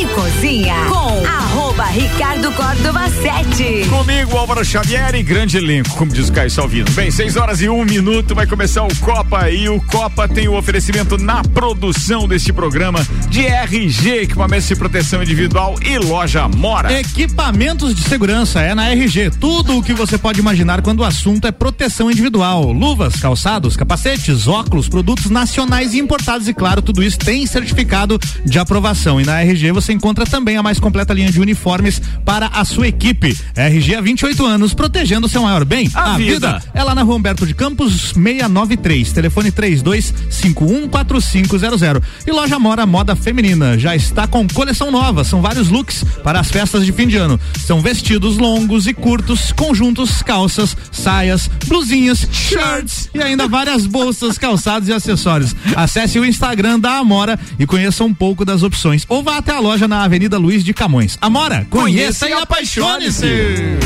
e Cozinha com arroba Ricardo Córdova 7. Comigo, Álvaro Xavier e grande elenco, como diz o Caio Salvino. Bem, 6 horas e um minuto vai começar o Copa e o Copa tem o oferecimento na produção deste programa de RG, equipamentos de proteção individual e loja Tá. Mora. Equipamentos de segurança é na RG. Tudo o que você pode imaginar quando o assunto é proteção individual. Luvas, calçados, capacetes, óculos, produtos nacionais e importados. E claro, tudo isso tem certificado de aprovação. E na RG você encontra também a mais completa linha de uniformes para a sua equipe. RG há 28 anos, protegendo seu maior bem, A a, vida. vida. É lá na rua Humberto de Campos, 693, telefone 32514500. E loja Mora Moda Feminina já está com coleção nova, são vários looks para as festas de fim de ano. São vestidos longos e curtos, conjuntos, calças, saias, blusinhas, shirts e ainda várias bolsas, calçados e acessórios. Acesse o Instagram da Amora e conheça um pouco das opções. Ou vá até a loja na Avenida Luiz de Camões. Amora, conheça, e apaixone-se.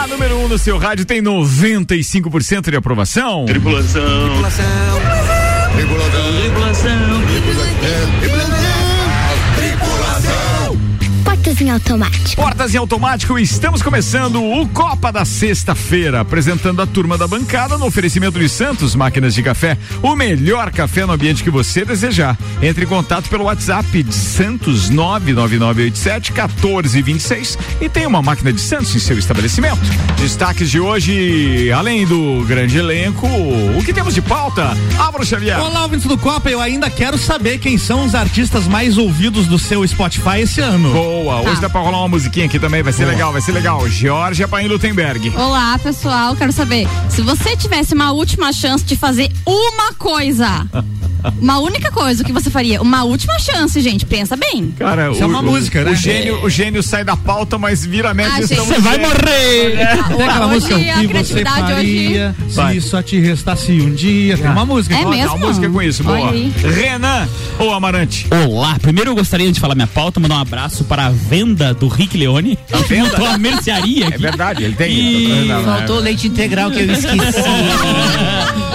A número 1 um no seu rádio tem 95% de aprovação. Tripulação. Portas em automático. Portas em automático, estamos começando o Copa da Sexta-feira, apresentando a turma da bancada no oferecimento de Santos Máquinas de Café, o melhor café no ambiente que você desejar. Entre em contato pelo WhatsApp de Santos 99987 1426 e tem uma máquina de Santos em seu estabelecimento. Destaques de hoje, além do grande elenco, o que temos de pauta? Álvaro Xavier. Olá, ouvintes do Copa, eu ainda quero saber quem são os artistas mais ouvidos do seu Spotify esse ano. Boa, hoje dá pra rolar uma musiquinha aqui também, vai ser legal, vai ser legal. Georgia Paim Lutemberg. Olá, pessoal. Quero saber se você tivesse uma última chance de fazer uma coisa. Uma única coisa, o que você faria? Uma última chance, gente. Pensa bem. Cara, Isso é uma música, né? O gênio, o gênio sai da pauta, mas vira então média. Ah, estamos gente. vai morrer! É, Tem aquela Hoje música, o a que você criatividade faria Vai. se só te restasse um dia? Tem uma música. É que- mesmo? Uma música com isso, boa. Olha aí. Renan ou Amarante? Olá, primeiro eu gostaria de falar minha pauta, mandar um abraço para a venda do Rick Leone. Tá A venda? Montou a mercearia aqui. É verdade, ele tem. né? E- Não, não, não, Faltou leite integral que eu esqueci.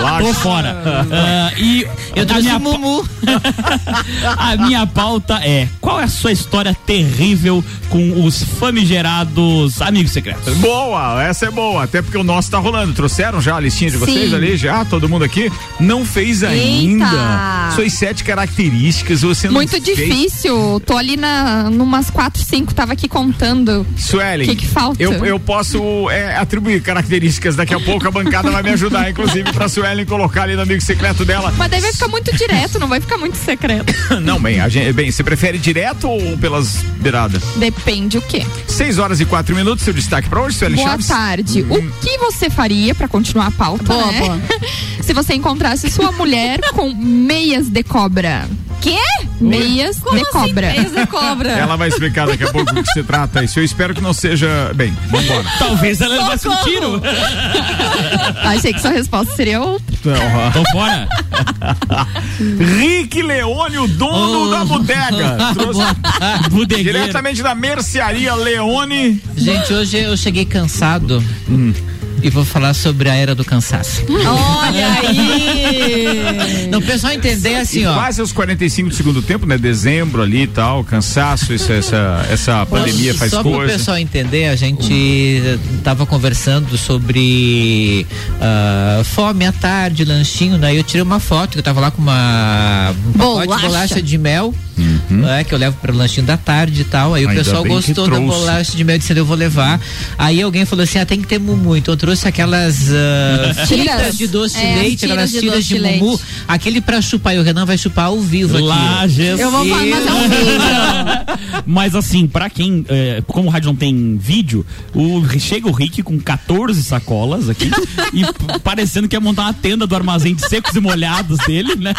lá- Tô fora. Ah, e Eu a, trouxe minha, o Mumu. pa- a minha pauta é: qual é a sua história terrível com os famigerados amigos secretos? Boa, essa é boa, até porque o nosso tá rolando. Trouxeram já a listinha de vocês Sim. ali, já, todo mundo aqui? Não fez ainda. Suas sete características, você não Muito fez. difícil. Tô ali na numas 4, 5, tava aqui contando. Suelen, Que que falta? Eu, eu posso é, atribuir características. Daqui a pouco a bancada vai me ajudar, inclusive, pra Suelen colocar ali no amigo secreto dela. Mas daí vai ficar muito direto, não vai ficar muito secreto. Não, bem, a gente, bem, você prefere direto ou pelas beiradas? Depende o quê? 6 horas e quatro minutos, seu destaque pra hoje, Sueli Boa Chaves. tarde. O que você faria pra continuar a pauta? Boa, né? boa. Se você encontrasse sua mulher com meias de cobra. Quê? Meias de cobra. assim, Meias de cobra. Ela vai explicar daqui a pouco o que se trata isso. Eu espero que não seja. Bem, vambora. Talvez ela levasse um tiro. Achei que sua resposta seria o Tô fora. Rick Leone, o dono Oh. da bodega. Trouxe Bodegueiro. diretamente da mercearia Leone. Gente, hoje eu cheguei cansado. E vou falar sobre a era do cansaço. Olha aí. Não, o pessoal entender assim, e ó. quase aos 45 do segundo tempo, né? Dezembro ali e tal, cansaço, isso, essa, essa pandemia faz Só para o coisa. pessoal entender, a gente eh, tava conversando sobre ah, fome à tarde, lanchinho, daí eu tirei uma foto que eu tava lá com uma um pacote de Bolacha. bolacha de mel, né, que eu levo para o lanchinho da tarde e tal. Aí Uhum. Ainda o pessoal bem que gostou da trouxe. bolacha de mel e disse, eu vou levar. Aí alguém falou assim, ah, tem que ter mumu. Então eu trouxe aquelas ah, Tiras. fitas de doce de É, leite, tiras aquelas de tiras doce de, de leite. mumu, aquele para chupar. E o Renan vai chupar ao vivo Lá, aqui. Jesus. Eu vou falar, mas é um vídeo. Mas assim, pra quem, eh, como o rádio não tem vídeo, o, chega o Rick com 14 sacolas aqui e p- parecendo que ia montar uma tenda do armazém de secos e molhados dele, né?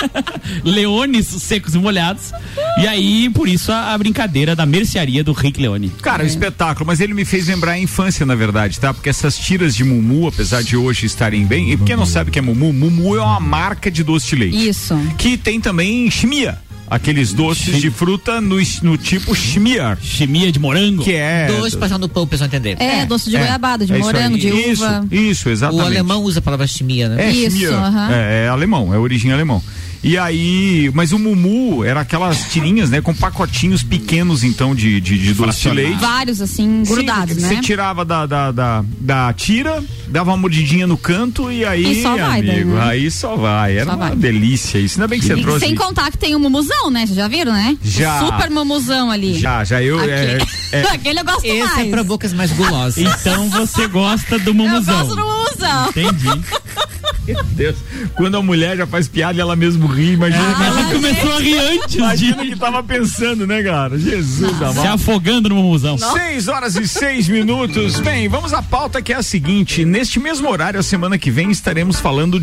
Leones secos e molhados. E aí, por isso, a, a brincadeira da mercearia do Rick Leone. Cara, Né? um espetáculo, mas ele me fez lembrar a infância, na verdade, tá? Porque essas tiras de Mumu, apesar de hoje estarem bem, e pra quem não sabe o que é Mumu, Mumu é uma marca de doce de leite. Isso. Que tem também chimia. aqueles doces de fruta no, es- no tipo schmier, Chimia de morango. que é Doce passando no pão, o pessoal entender. É, doce de é, goiabada, de é isso aí. morango, de isso, uva. Isso, o exatamente. alemão usa a palavra chimia, né? É, Isso, Schmier. aham. é, é alemão, é origem alemã. E aí, mas o Mumu era aquelas tirinhas, né, com pacotinhos pequenos, então, de, de, de doce de leite. Vários, assim, grudados, Sim, né? Você tirava da, da, da, da tira, dava uma mordidinha no canto e aí, E só vai daí, amigo, né? aí só vai. Era Só uma vai. delícia isso. Ainda bem que você E trouxe. sem contar que tem o mumuzão, né? Vocês já viram, né? Já. O super mumuzão ali. Já, já eu. é- Aquele, é- Aquele eu gosto Esse mais. é pra bocas mais gulosas. Então você gosta do eu mumuzão. gosto do mumuzão. Entendi. meu Deus. Quando a mulher já faz piada e ela mesmo ri, imagina. Mas já começou a rir antes Imagina o de que tava pensando, né, cara? Jesus se amado. afogando no mumuzão. 6 horas e 6 minutos. Bem, vamos à pauta que é a seguinte. Neste mesmo horário, a semana que vem, estaremos falando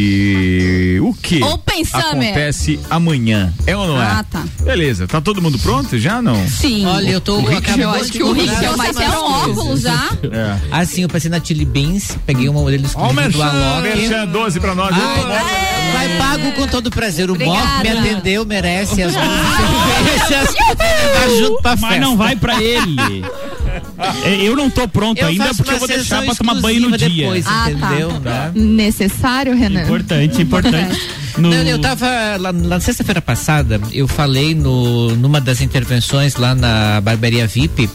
de. O que Open Summer. acontece amanhã. É ou não é? Ah, tá. Beleza, tá todo mundo pronto? Já não? Sim. Olha, eu tô eu acho que o Rick comprar vai ter umas um óculos coisas. já. É. Assim, eu passei na Chili Beans, peguei uma orelha Ó o exclusiva do merchan, Alok. Merchan 12 pra nós. Ai, Opa, vai pago com todo prazer. O Obrigada. Mock me atendeu, merece as duas cervejas. Vai junto pra festa. Mas não vai pra ele. É, Eu não tô pronto Eu ainda faço porque eu uma vou deixar sessão pra tomar banho no exclusiva dia. Depois, Ah, tá. entendeu? né? Necessário, Renan? Ah, Importante, importante. No... Não, eu tava lá, lá na sexta-feira passada, eu falei no, numa das intervenções lá na barbearia VIP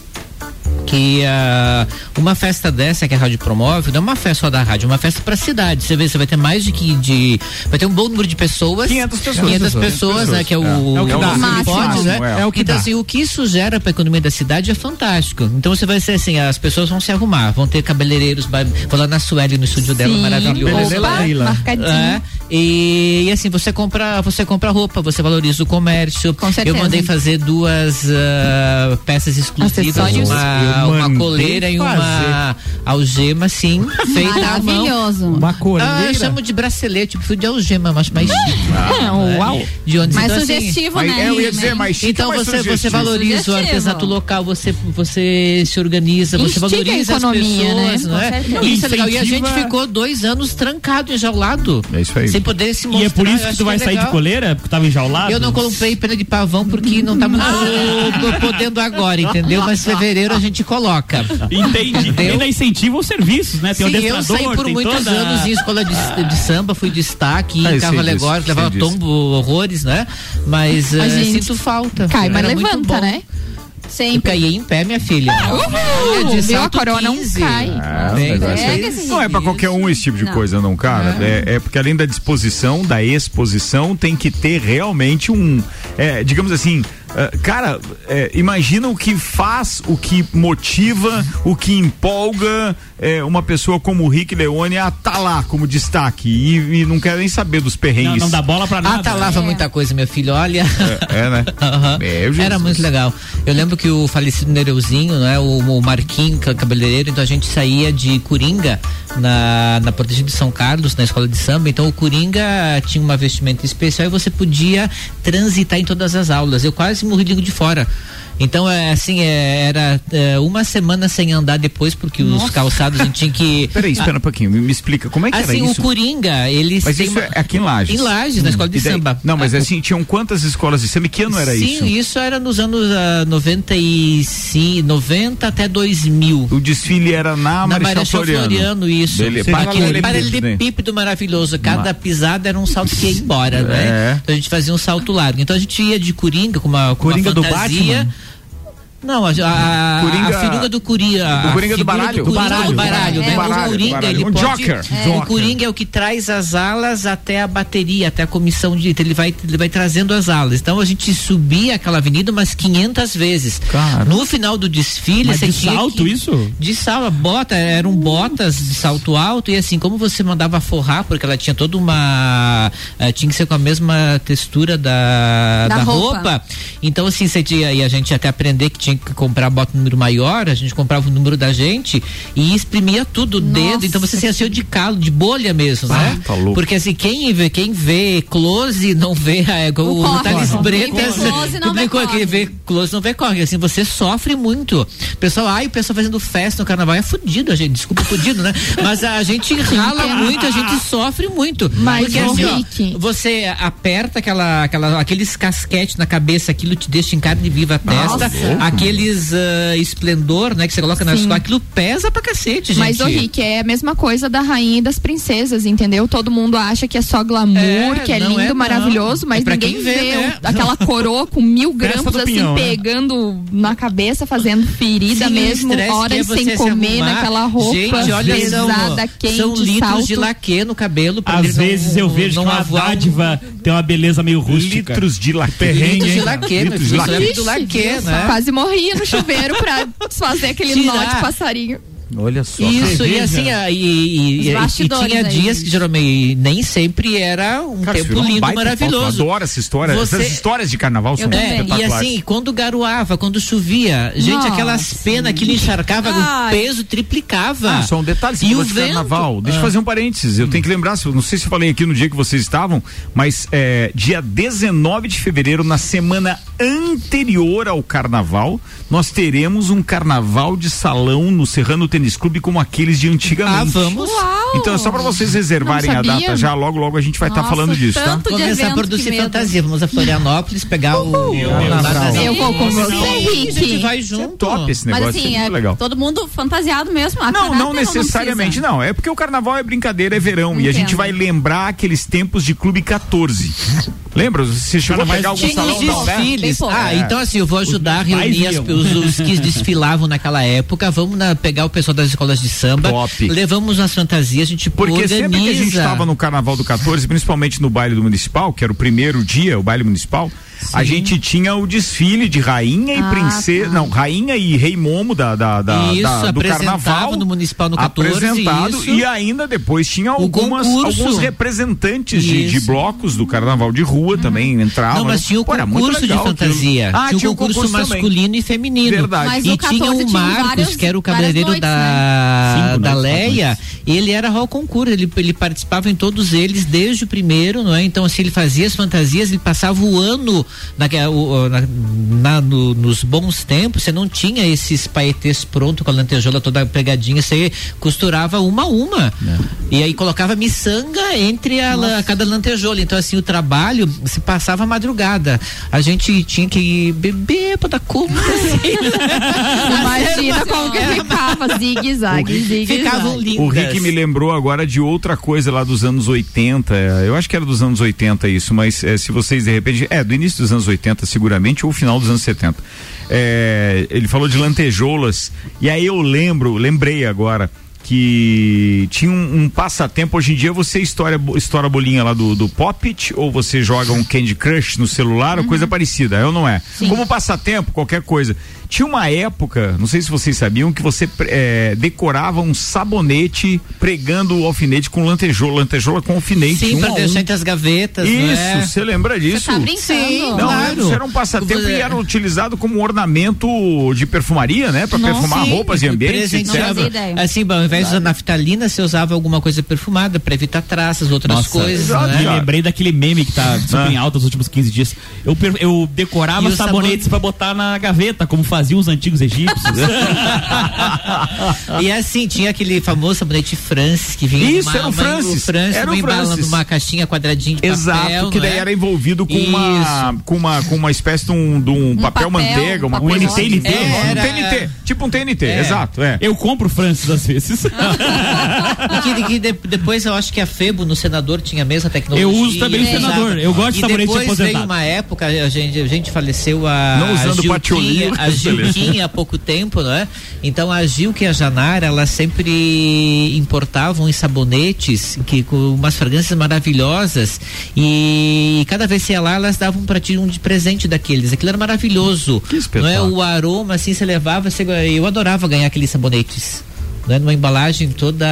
que ah, uma festa dessa que a rádio promove não é uma festa só da rádio, é uma festa pra cidade. Você vê, você vai ter mais de que de vai ter um bom número de pessoas. 500 pessoas. 500 pessoas, né, que é o, É o que dá. pode, né? Máximo, é. É o que então, dá. assim, o que isso gera pra economia da cidade é fantástico. Então você vai ser assim, as pessoas vão se arrumar, vão ter cabeleireiros, bar- vou lá na Sueli no estúdio é dela, maravilhoso. Beleza, Leila. marcadinho. É, e, e assim, você compra, você compra roupa, você valoriza o comércio. Com certeza. Eu mandei fazer duas ah, peças exclusivas, Acessórios. uma, Eu uma mandei coleira e uma algema, sim, feita à mão. Maravilhoso. Uma Ah, eu coleira. chamo de bracelete, eu preciso de algema, mas mais chique. Uau. De onde Mais então, assim, sugestivo, Mas né? eu ia dizer, mas chique, então mas você, você sugestivo. valoriza o Sugestivo. artesanato local, você, você se organiza, você Instiga a valoriza economia, as pessoas, né? não Com é? certeza. Isso é legal. E a Incentiva- gente ficou dois anos trancado, enjaulado. É isso aí. Sem poder se mostrar. E é por Eu isso que acho tu vai é sair de legal. coleira? Porque tava enjaulado? Eu não comprei pena de pavão porque não tá muito Ah! tô podendo agora, entendeu? Mas fevereiro a gente coloca. Entendi. Entendeu? Ainda incentiva os serviços, né? Tem o Sim, eu adestrador, saí por tem muitos toda... anos em escola de, de samba, fui destaque, Ah, eu em sei carro disso, alegórico, sei levava disso. tombo, horrores, né? Mas eh, gente sinto falta. Cai, mas Era muito levanta, bom. né? Eu é Sempre. caí em pé, minha filha. Olha, Ah, Viu? de salto A corona não 15. cai. Ah, Bem, o negócio é aí- que não é pra qualquer um esse tipo de coisa, não, cara. É. é porque além da disposição, da exposição, tem que ter realmente um. é, digamos assim, ah, cara, é, imagina o que faz, o que motiva, o que empolga é, uma pessoa como o Rick Leone a tá lá como destaque. E, e não quero nem saber dos Não, perrengues. não dá bola pra nada. Ah, tá lá, muita coisa, minha filha, olha. É, é, né? Aham. É, Jesus. Era muito legal. Eu lembro que o falecido Nereuzinho, né, o, o Marquinho, que é cabeleireiro, então a gente saía de Coringa na, na Protegida de São Carlos, na escola de samba. Então o Coringa tinha uma vestimenta especial e você podia transitar em todas as aulas. Eu quase morri de fora. Então, é assim, é, era é, uma semana sem andar depois, porque os calçados a gente tinha que. Peraí, espera um pouquinho, me, me explica, como é que Assim, era o isso? Coringa, ele Mas tem isso uma- é aqui em Lages. Hum. Em Lages, na escola de E daí- samba. Não, mas Ah, assim, tinham quantas escolas de samba? E que ano era Sim, isso? era nos anos ah, 95, 90 até 2000. O desfile era na, Na Maria Marechal Floriano. Floriano. isso. Beleza. Aquele Paralelepípedo, paralelepípedo maravilhoso. Cada pisada era um salto que ia embora, É. né? Então a gente fazia um salto largo. Então a gente ia de Coringa com uma, com Coringa uma do fantasia. Batman? Não, a, a, Coringa- a figura do Coringa. do a Coringa do figura baralho? Do Coringa Baralho, do baralho, do né? baralho, o Coringa, baralho. ele Um pode... Joker. O Coringa é o que traz as alas até a bateria, até a comissão de... então, Ele vai, ele vai trazendo as alas. Então a gente subia aquela avenida umas 500 vezes. Cara. No final do desfile... Mas você de tinha salto, que- isso? de sala, bota, eram botas de salto alto e assim, como você mandava forrar, porque ela tinha toda uma. eh, tinha que ser com a mesma textura da, Da da, roupa. roupa. Então, assim, você tinha, e a gente ia até aprender que tinha tinha que comprar bota um número maior, a gente comprava o número da gente e exprimia tudo, o dedo. Então você se encheu de calo, de bolha mesmo, né? tá louco. Porque assim, quem vê, quem vê close não vê a, o, O o, corre. Thales Quem Bretas. vê close não vê publicou aqui, corre. vê close não vê corre. Assim, você sofre muito. Pessoal, ai, o pessoal fazendo festa no carnaval é fudido, a gente. Desculpa, fudido, né? Mas a gente rala muito, a gente sofre muito. Mas, Porque ô, assim, ó, Rick. você aperta aquela, aquela, aqueles casquete na cabeça, aquilo te deixa em carne viva a testa. aqueles ah, esplendor, né, que você coloca nas costas, aquilo pesa pra cacete, gente. Mas, ô Rick, é a mesma coisa da rainha e das princesas, entendeu? Todo mundo acha que é só glamour, É, que é não lindo, é, não. maravilhoso, mas É pra ninguém quem vê, vê, né? o- aquela coroa com mil Festa grampos do assim, pinhão, né? pegando na cabeça, fazendo ferida Sim, o mesmo, estresse que é horas você sem se comer, arrumar. naquela roupa Gente, olha, pesada, são, quente, são litros salto. de laque no cabelo. pra Às eles não- vezes eu vejo não que é uma avoar um- dádiva tem uma beleza meio rústica. Litros de Litros laperrengue. de laque, meu Litros de filho, isso laque. é do laque, né? Quase morria no chuveiro pra desfazer aquele Tirar. nó de passarinho. Olha só. Isso, e cerveja. assim, a- e, e- Os e- e bastidores tinha aí. dias que geralmente nem sempre era um Cara, isso tempo virou um lindo, baita foto. maravilhoso. Eu adoro né, essa história. Você- Essas histórias de carnaval são Eu também. É, e espetaculares. assim, quando garoava, quando chovia, gente, Nossa. aquelas penas que lhe encharcava, o Ai. peso triplicava. Ah, só um detalhe, você E falou o de vento? Ah. carnaval. Deixa eu fazer um parênteses. Eu tenho que lembrar, se eu não sei se eu falei aqui no dia que vocês estavam, mas é, dia 19 de fevereiro, na semana anterior ao carnaval, nós teremos um carnaval de salão no Serrano Tênis Clube como aqueles de antigamente. Ah, vamos. Um Então é só pra vocês reservarem Não a sabia. data já, logo, logo a gente vai estar Nossa, falando disso, tá? tanto de Começar a evento, que produzir medo. fantasia. Vamos a Florianópolis pegar o. Deus. Eu vou com você, A gente Rick. vai junto. Top esse Mas negócio, assim, é é muito legal. todo mundo fantasiado mesmo. a Não, caráter não necessariamente, precisa. não, É porque o carnaval é brincadeira, é verão. E a Entendo. gente vai lembrar aqueles tempos de Clube 14. Lembra? Você chegou a pegar algum Tinha salão os não, né? desfiles. Bem pouco. Ah, É. então assim, eu vou ajudar a reunir pais as- iam. os, os que desfilavam naquela época. Vamos na- pegar o pessoal das escolas de samba. Top. Levamos as fantasias, a gente Porque organiza. sempre que a gente estava no carnaval do 14, principalmente no baile do municipal, que era o primeiro dia, o baile municipal, a gente tinha o desfile de rainha e princesa. Não, rainha e rei momo da, da, da- Ah, tá. Isso, da- do apresentava carnaval. no municipal no 14, Apresentado. isso. E ainda depois tinha algumas, concurso. alguns representantes de, de Isso. Uhum. blocos do carnaval de rua também entravam. né? Não, mas tinha o Pô, era muito concurso de legal aquilo. fantasia. Ah, tinha o concurso, também. masculino e feminino. Verdade. Mas e o tinha 14 o tinha Marcos, várias- que era o várias cabeleireiro noites, né? da, Cinco da noites, Leia. Ele era ao concurso, ele, ele participava em todos eles desde o primeiro, não é? Então, assim, ele fazia as fantasias, ele passava o ano naque- o- o- na, na- no- nos bons tempos, você não tinha esses paetês pronto com a lantejola toda pegadinha, você costurava uma a uma. E aí colocava miçanga entre a la- cada lantejola. Então, assim, o trabalho se passava a madrugada. A gente tinha que beber pra dar conta, assim. Imagina como que ficava, zigue-zague, zigue-zague. Ficavam lindas. O Rick me lembrou agora de outra coisa lá dos anos 80. eh, Eu acho que era dos anos 80 isso, mas eh, se vocês de repente. É, do início dos anos 80, seguramente, ou final dos anos 70. Eh, ele falou de lantejoulas. E aí eu lembro, lembrei agora. Que tinha um, um passatempo. Hoje em dia você estoura, bo- estoura a bolinha lá do, do Poppet ou você joga um Candy Crush no celular ou Uhum. coisa parecida. Eu não é. Como passatempo, qualquer coisa. Tinha uma época, não sei se vocês sabiam, que você eh, decorava um sabonete pregando o alfinete com lantejola, lantejola com alfinete. Sim, um pra a um. deixar entre as gavetas, não é? Isso, você lembra disso? Tá brincando. Sim. Não, Claro. isso era um passatempo Você- e era utilizado como ornamento de perfumaria, né? Pra Nossa, perfumar sim, roupas e ambientes, presente. Não etc. fazia ideia. Assim, bom, ao invés de usar naftalina, você usava alguma coisa perfumada pra evitar traças, outras Nossa, coisas, exato. né? Me lembrei daquele meme que tá super em alta nos últimos 15 dias. Eu, per- eu E decorava o sabonetes sabonete? pra botar na gaveta, como faziam os antigos egípcios. E assim, tinha aquele famoso sabonete Francis que vinha Isso, numa- era o uma- Francis. Francis, Era uma o embala Francis. numa caixinha quadradinha de Exato, papel, que não daí é? era envolvido com uma, com uma com uma espécie de um, de um papel, papel, manteiga, uma um coisa papel. assim. É, um era- TNT, tipo um TNT, exato, é. Eu compro Francis às vezes. Aquele que de- depois eu acho que a Febo no senador tinha a mesma tecnologia. Eu uso também no Exato. Senador, eu gosto de e sabonete depois aposentado. veio uma época, a gente, a gente faleceu a. Não usando a patchouli. Gilquinha, a Gilquinha há pouco tempo, não é? Então a Gil que a Janara, elas sempre importavam uns sabonetes que, com umas fragrâncias maravilhosas. E cada vez que ia lá, elas davam pra ti um de presente daqueles. Aquilo era maravilhoso. Que não é? espetáculo. O aroma, assim, você levava, você- eu adorava ganhar aqueles sabonetes. né, numa embalagem toda.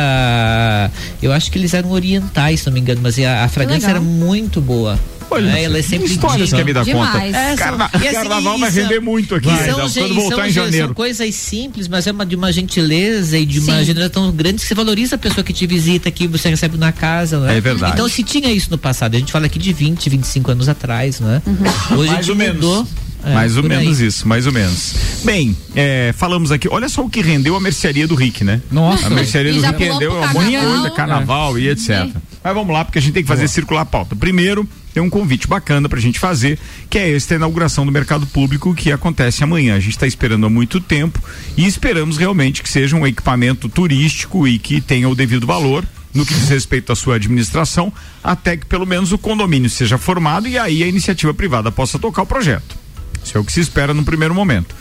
Eu acho que eles eram orientais, se não me engano, mas a, a fragrância era legal. muito boa. Olha, né, ela é que sempre histórias indica. que me dá Demais. conta. É, são- Carna- e assim, Carnaval e vai são- render muito aqui, e ainda, são, quando gen- voltar são em gen- janeiro. São coisas simples, mas é uma, de uma gentileza e de uma Sim. gentileza tão grande que você valoriza a pessoa que te visita, que você recebe na casa. Né? É verdade. Então, se tinha isso no passado, a gente fala aqui de 20, 25 anos atrás, né? Hoje Mais a ou gente menos. mudou. é, mais ou por aí. menos isso, mais ou menos. Bem, é, falamos aqui, olha só o que rendeu a mercearia do Rick, né? Nossa. A mercearia E do já Rick pulou rendeu pro um monte de É. carnaval. coisa, carnaval e etc. Mas vamos lá, porque a gente tem que fazer circular a pauta. Primeiro, tem um convite bacana pra gente fazer, que é esta inauguração do mercado público que acontece amanhã. A gente está esperando há muito tempo e esperamos realmente que seja um equipamento turístico e que tenha o devido valor no que diz respeito à sua administração, até que pelo menos o condomínio seja formado e aí a iniciativa privada possa tocar o projeto. Isso é o que se espera no primeiro momento.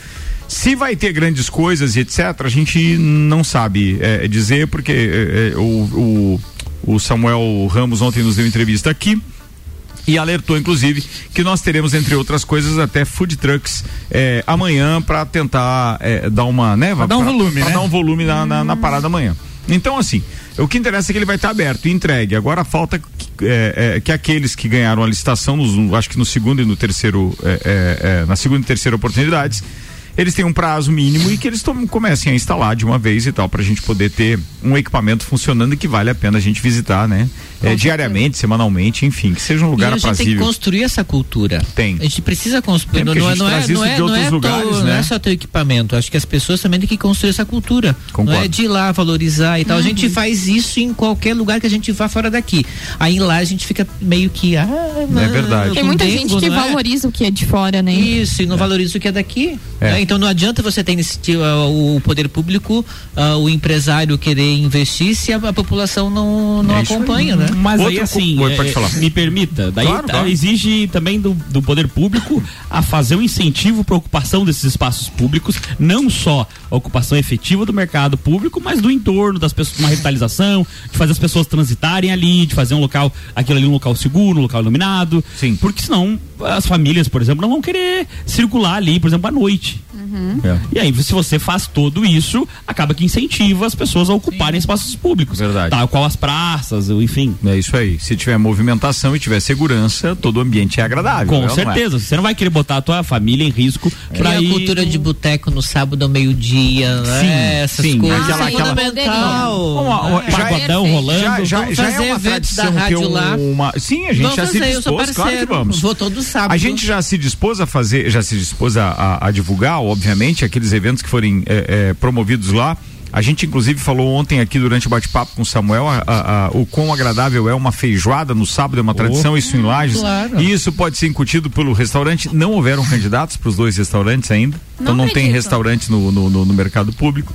Se vai ter grandes coisas e etc., a gente não sabe é, dizer, porque é, é, o, o, o Samuel Ramos ontem nos deu entrevista aqui e alertou inclusive que nós teremos entre outras coisas até food trucks eh, amanhã para tentar eh, dar uma né dar um pra- volume, pra né? dar um volume na, na- na parada amanhã então assim o que interessa é que ele vai estar aberto e entregue agora falta que, eh, eh, que aqueles que ganharam a licitação nos- no- acho que no segundo e no terceiro eh, eh, eh, na segunda e terceira oportunidades eles têm um prazo mínimo e que eles tomem- comecem a instalar de uma vez e tal, para a gente poder ter um equipamento funcionando e que vale a pena a gente visitar, né? Eh, diariamente, semanalmente, enfim, que seja um E a lugar gente tem que aprazível. construir essa cultura. Tem. A gente precisa construir. Tem, Não, porque a não é, não gente é, traz isso não é, de não é outros teu- lugares, não né? é só teu equipamento. Acho que as pessoas também têm que construir essa cultura. Concordo. Não é de ir lá valorizar e tal. A gente Uhum. faz isso em qualquer lugar que a gente vá fora daqui. Aí lá a gente fica meio que. Ah, mas É verdade. Tem muita gente dengo, que não é? valoriza o que é de fora, né? Isso, e não valoriza o que é daqui. É. né? Então não adianta você ter iniciativa, o poder público, ah, o empresário querer investir se a, a população não, não É isso aí. acompanha, né? Mas Outro aí, assim, cu- Oi, é, pode é, falar. me permita, daí Claro, tá, claro. exige também do, do poder público a fazer um incentivo para ocupação desses espaços públicos, não só a ocupação efetiva do mercado público, mas do entorno das pessoas, uma revitalização, de fazer as pessoas transitarem ali, de fazer um local, aquilo ali um local seguro, um local iluminado. Sim. Porque senão as famílias, por exemplo, não vão querer circular ali, por exemplo, à noite. É. E aí, se você faz tudo isso, acaba que incentiva as pessoas a ocuparem espaços públicos. Verdade. Tal qual as praças, enfim. É isso aí. Se tiver movimentação e tiver segurança, todo o ambiente é agradável. Com é ou não é? certeza. Você não vai querer botar a tua família em risco Pra pra ir... a cultura de boteco no sábado ao meio-dia, né? Essas sim. coisas. Aquela- é aquela- Tá. fundamental. Uma- uma- já é- Pagodão Perfeito. rolando. Já, já, Vamos já é fazer uma eventos tradição da ter rádio lá. uma... Sim, a gente Vamos já se fazer, eu sou dispôs, claro que parceiro. vamos. Vou todo sábado. A gente já se dispôs a fazer, já se dispôs a, a- a divulgar, obviamente, aqueles eventos que forem é, é, promovidos lá. A gente, inclusive, falou ontem aqui durante o bate-papo com o Samuel a- a- a- o quão agradável é uma feijoada no sábado, é uma tradição, isso em Lages. claro. E isso pode ser incutido pelo restaurante. Não houveram candidatos para os dois restaurantes ainda. então Não não tem acredito. restaurante no, no- no- no mercado público.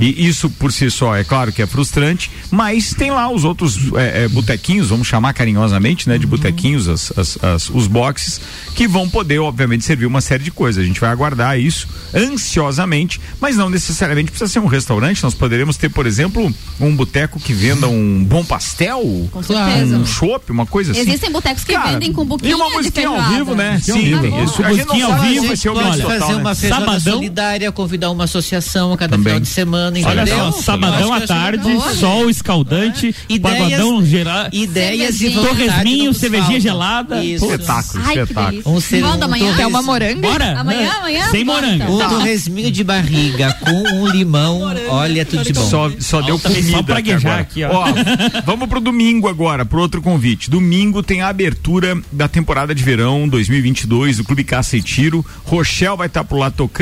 E isso por si só, é claro que é frustrante, mas tem lá os outros é, é, botequinhos, vamos chamar carinhosamente, né? De botequinhos, as- as- as- os boxes, que vão poder, obviamente, servir uma série de coisas. A gente vai aguardar isso ansiosamente, mas não necessariamente precisa ser um restaurante. Nós poderemos ter, por exemplo, um boteco que venda um bom pastel, Com certeza. um chopp, uma coisa assim. Existem botecos que Cara, vendem com buquinha E uma de musiquinha ao feijoada. vivo, né? Musiquinha ao vivo. isso. A gente não Musiquinha ao sabe se vivo, vai ser o pode ambiente fazer total, né? uma feijoada Sabadão- solidária, convidar uma associação a cada Também. final de semana, entendeu? Olha só, Eu acho sabadão que à acho tarde, legal. sol escaldante, É. Ideias- pagodão geral. Ideias e Cervejinha. vontade Torresminho, não nos cervejinha falta. gelada. Isso. Espetáculo, Ai, que espetáculo. delícia. Um ser- Vamos um amanhã? torres- Quer uma moranga? Bora? Amanhã, né? amanhã, Sem bora. moranga. Um torresminho de barriga com um limão, olha tudo de bom. Só, só deu também comida só praguejar até agora. aqui, ó. vamos pro domingo agora, pro outro convite. Domingo tem a abertura da temporada de verão 2022 do Clube Caça e Tiro. Rochelle vai estar por lá tocando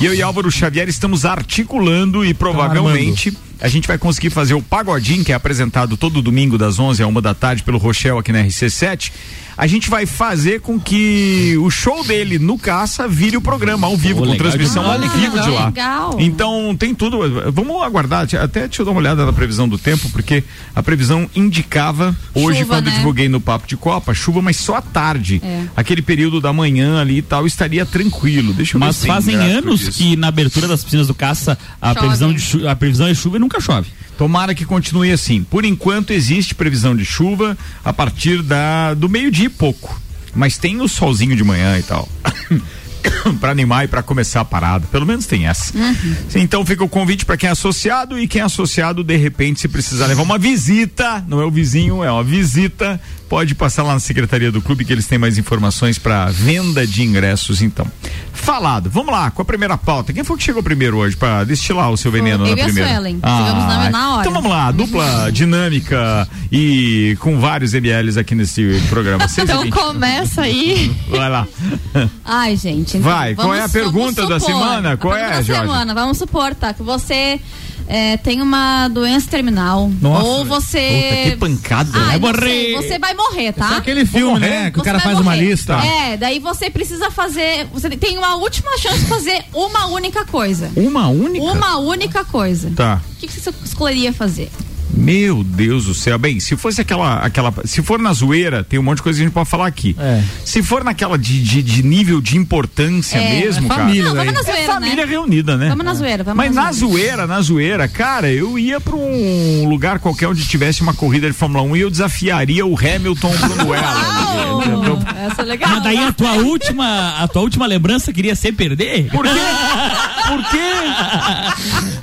e eu e Álvaro Xavier estamos articulando e provavelmente Tá a gente vai conseguir fazer o Pagodinho, que é apresentado todo domingo das 11 à 1 da tarde pelo Rochelle aqui na RC7. A gente vai fazer com que o show dele no Caça vire o programa ao vivo, Pô, com legal transmissão demais. né? ao vivo de lá. Ah, Legal. Então tem tudo. Vamos aguardar. Te- Até deixa eu dar uma olhada na previsão do tempo, porque a previsão indicava hoje, Chuva, quando eu né? divulguei no Papo de Copa, chuva, mas só à tarde. É. Aquele período da manhã ali e tal, estaria tranquilo. Deixa eu ver se Mas tem fazem gráfico anos disso. que na abertura das piscinas do caça a, Chove. previsão, de chu- a previsão é chuva e nunca chove. Tomara que continue assim. Por enquanto existe previsão de chuva a partir da do meio-dia e pouco. Mas tem o solzinho de manhã e tal. pra animar e pra começar a parada. Pelo menos tem essa. Então fica o convite pra quem é associado e quem é associado, de repente, se precisar levar uma visita, não é o vizinho, é uma visita, pode passar lá na secretaria do clube que eles têm mais informações pra venda de ingressos, então. Falado, vamos lá com a primeira pauta. Quem foi que chegou primeiro hoje pra destilar o seu veneno Eu na e a primeira? Suelen. Chegamos na- na hora. Então vamos lá, dupla dinâmica e com vários MLs aqui nesse programa. Seis e Então vinte. começa aí. Vai lá. Ai, gente. então, Vai, qual é a pergunta da semana? A Qual pergunta é, da Jorge? semana, vamos supor, tá? Que você é, tem uma doença terminal. Nossa, ou você. pancada. né? Ai, Vai não sei, morrer. Você vai morrer, Ah, tá? É aquele filme, morrer. né? Que o Você cara vai faz uma morrer. lista. É, daí você precisa fazer. Você tem uma última chance de fazer uma única coisa. Uma única? Uma única coisa. Tá. O que, que você escolheria fazer? Meu Deus do céu. Bem, se fosse aquela. aquela se for na zoeira, tem um monte de coisa que a gente pode falar aqui. É. Se for naquela de, de, de nível de importância É, mesmo, é cara. família. Não, vamos daí. na É zoeira, família né? reunida, né? Vamos na zoeira, vamos Mas na na zoeira. zoeira, na zoeira, cara, eu ia pra um lugar qualquer onde tivesse uma corrida de Fórmula 1 e eu desafiaria o Hamilton Brunuela. entendeu? Uau, Essa é legal. Mas daí a tua última, a tua última lembrança queria ser perder? Por quê? Por quê?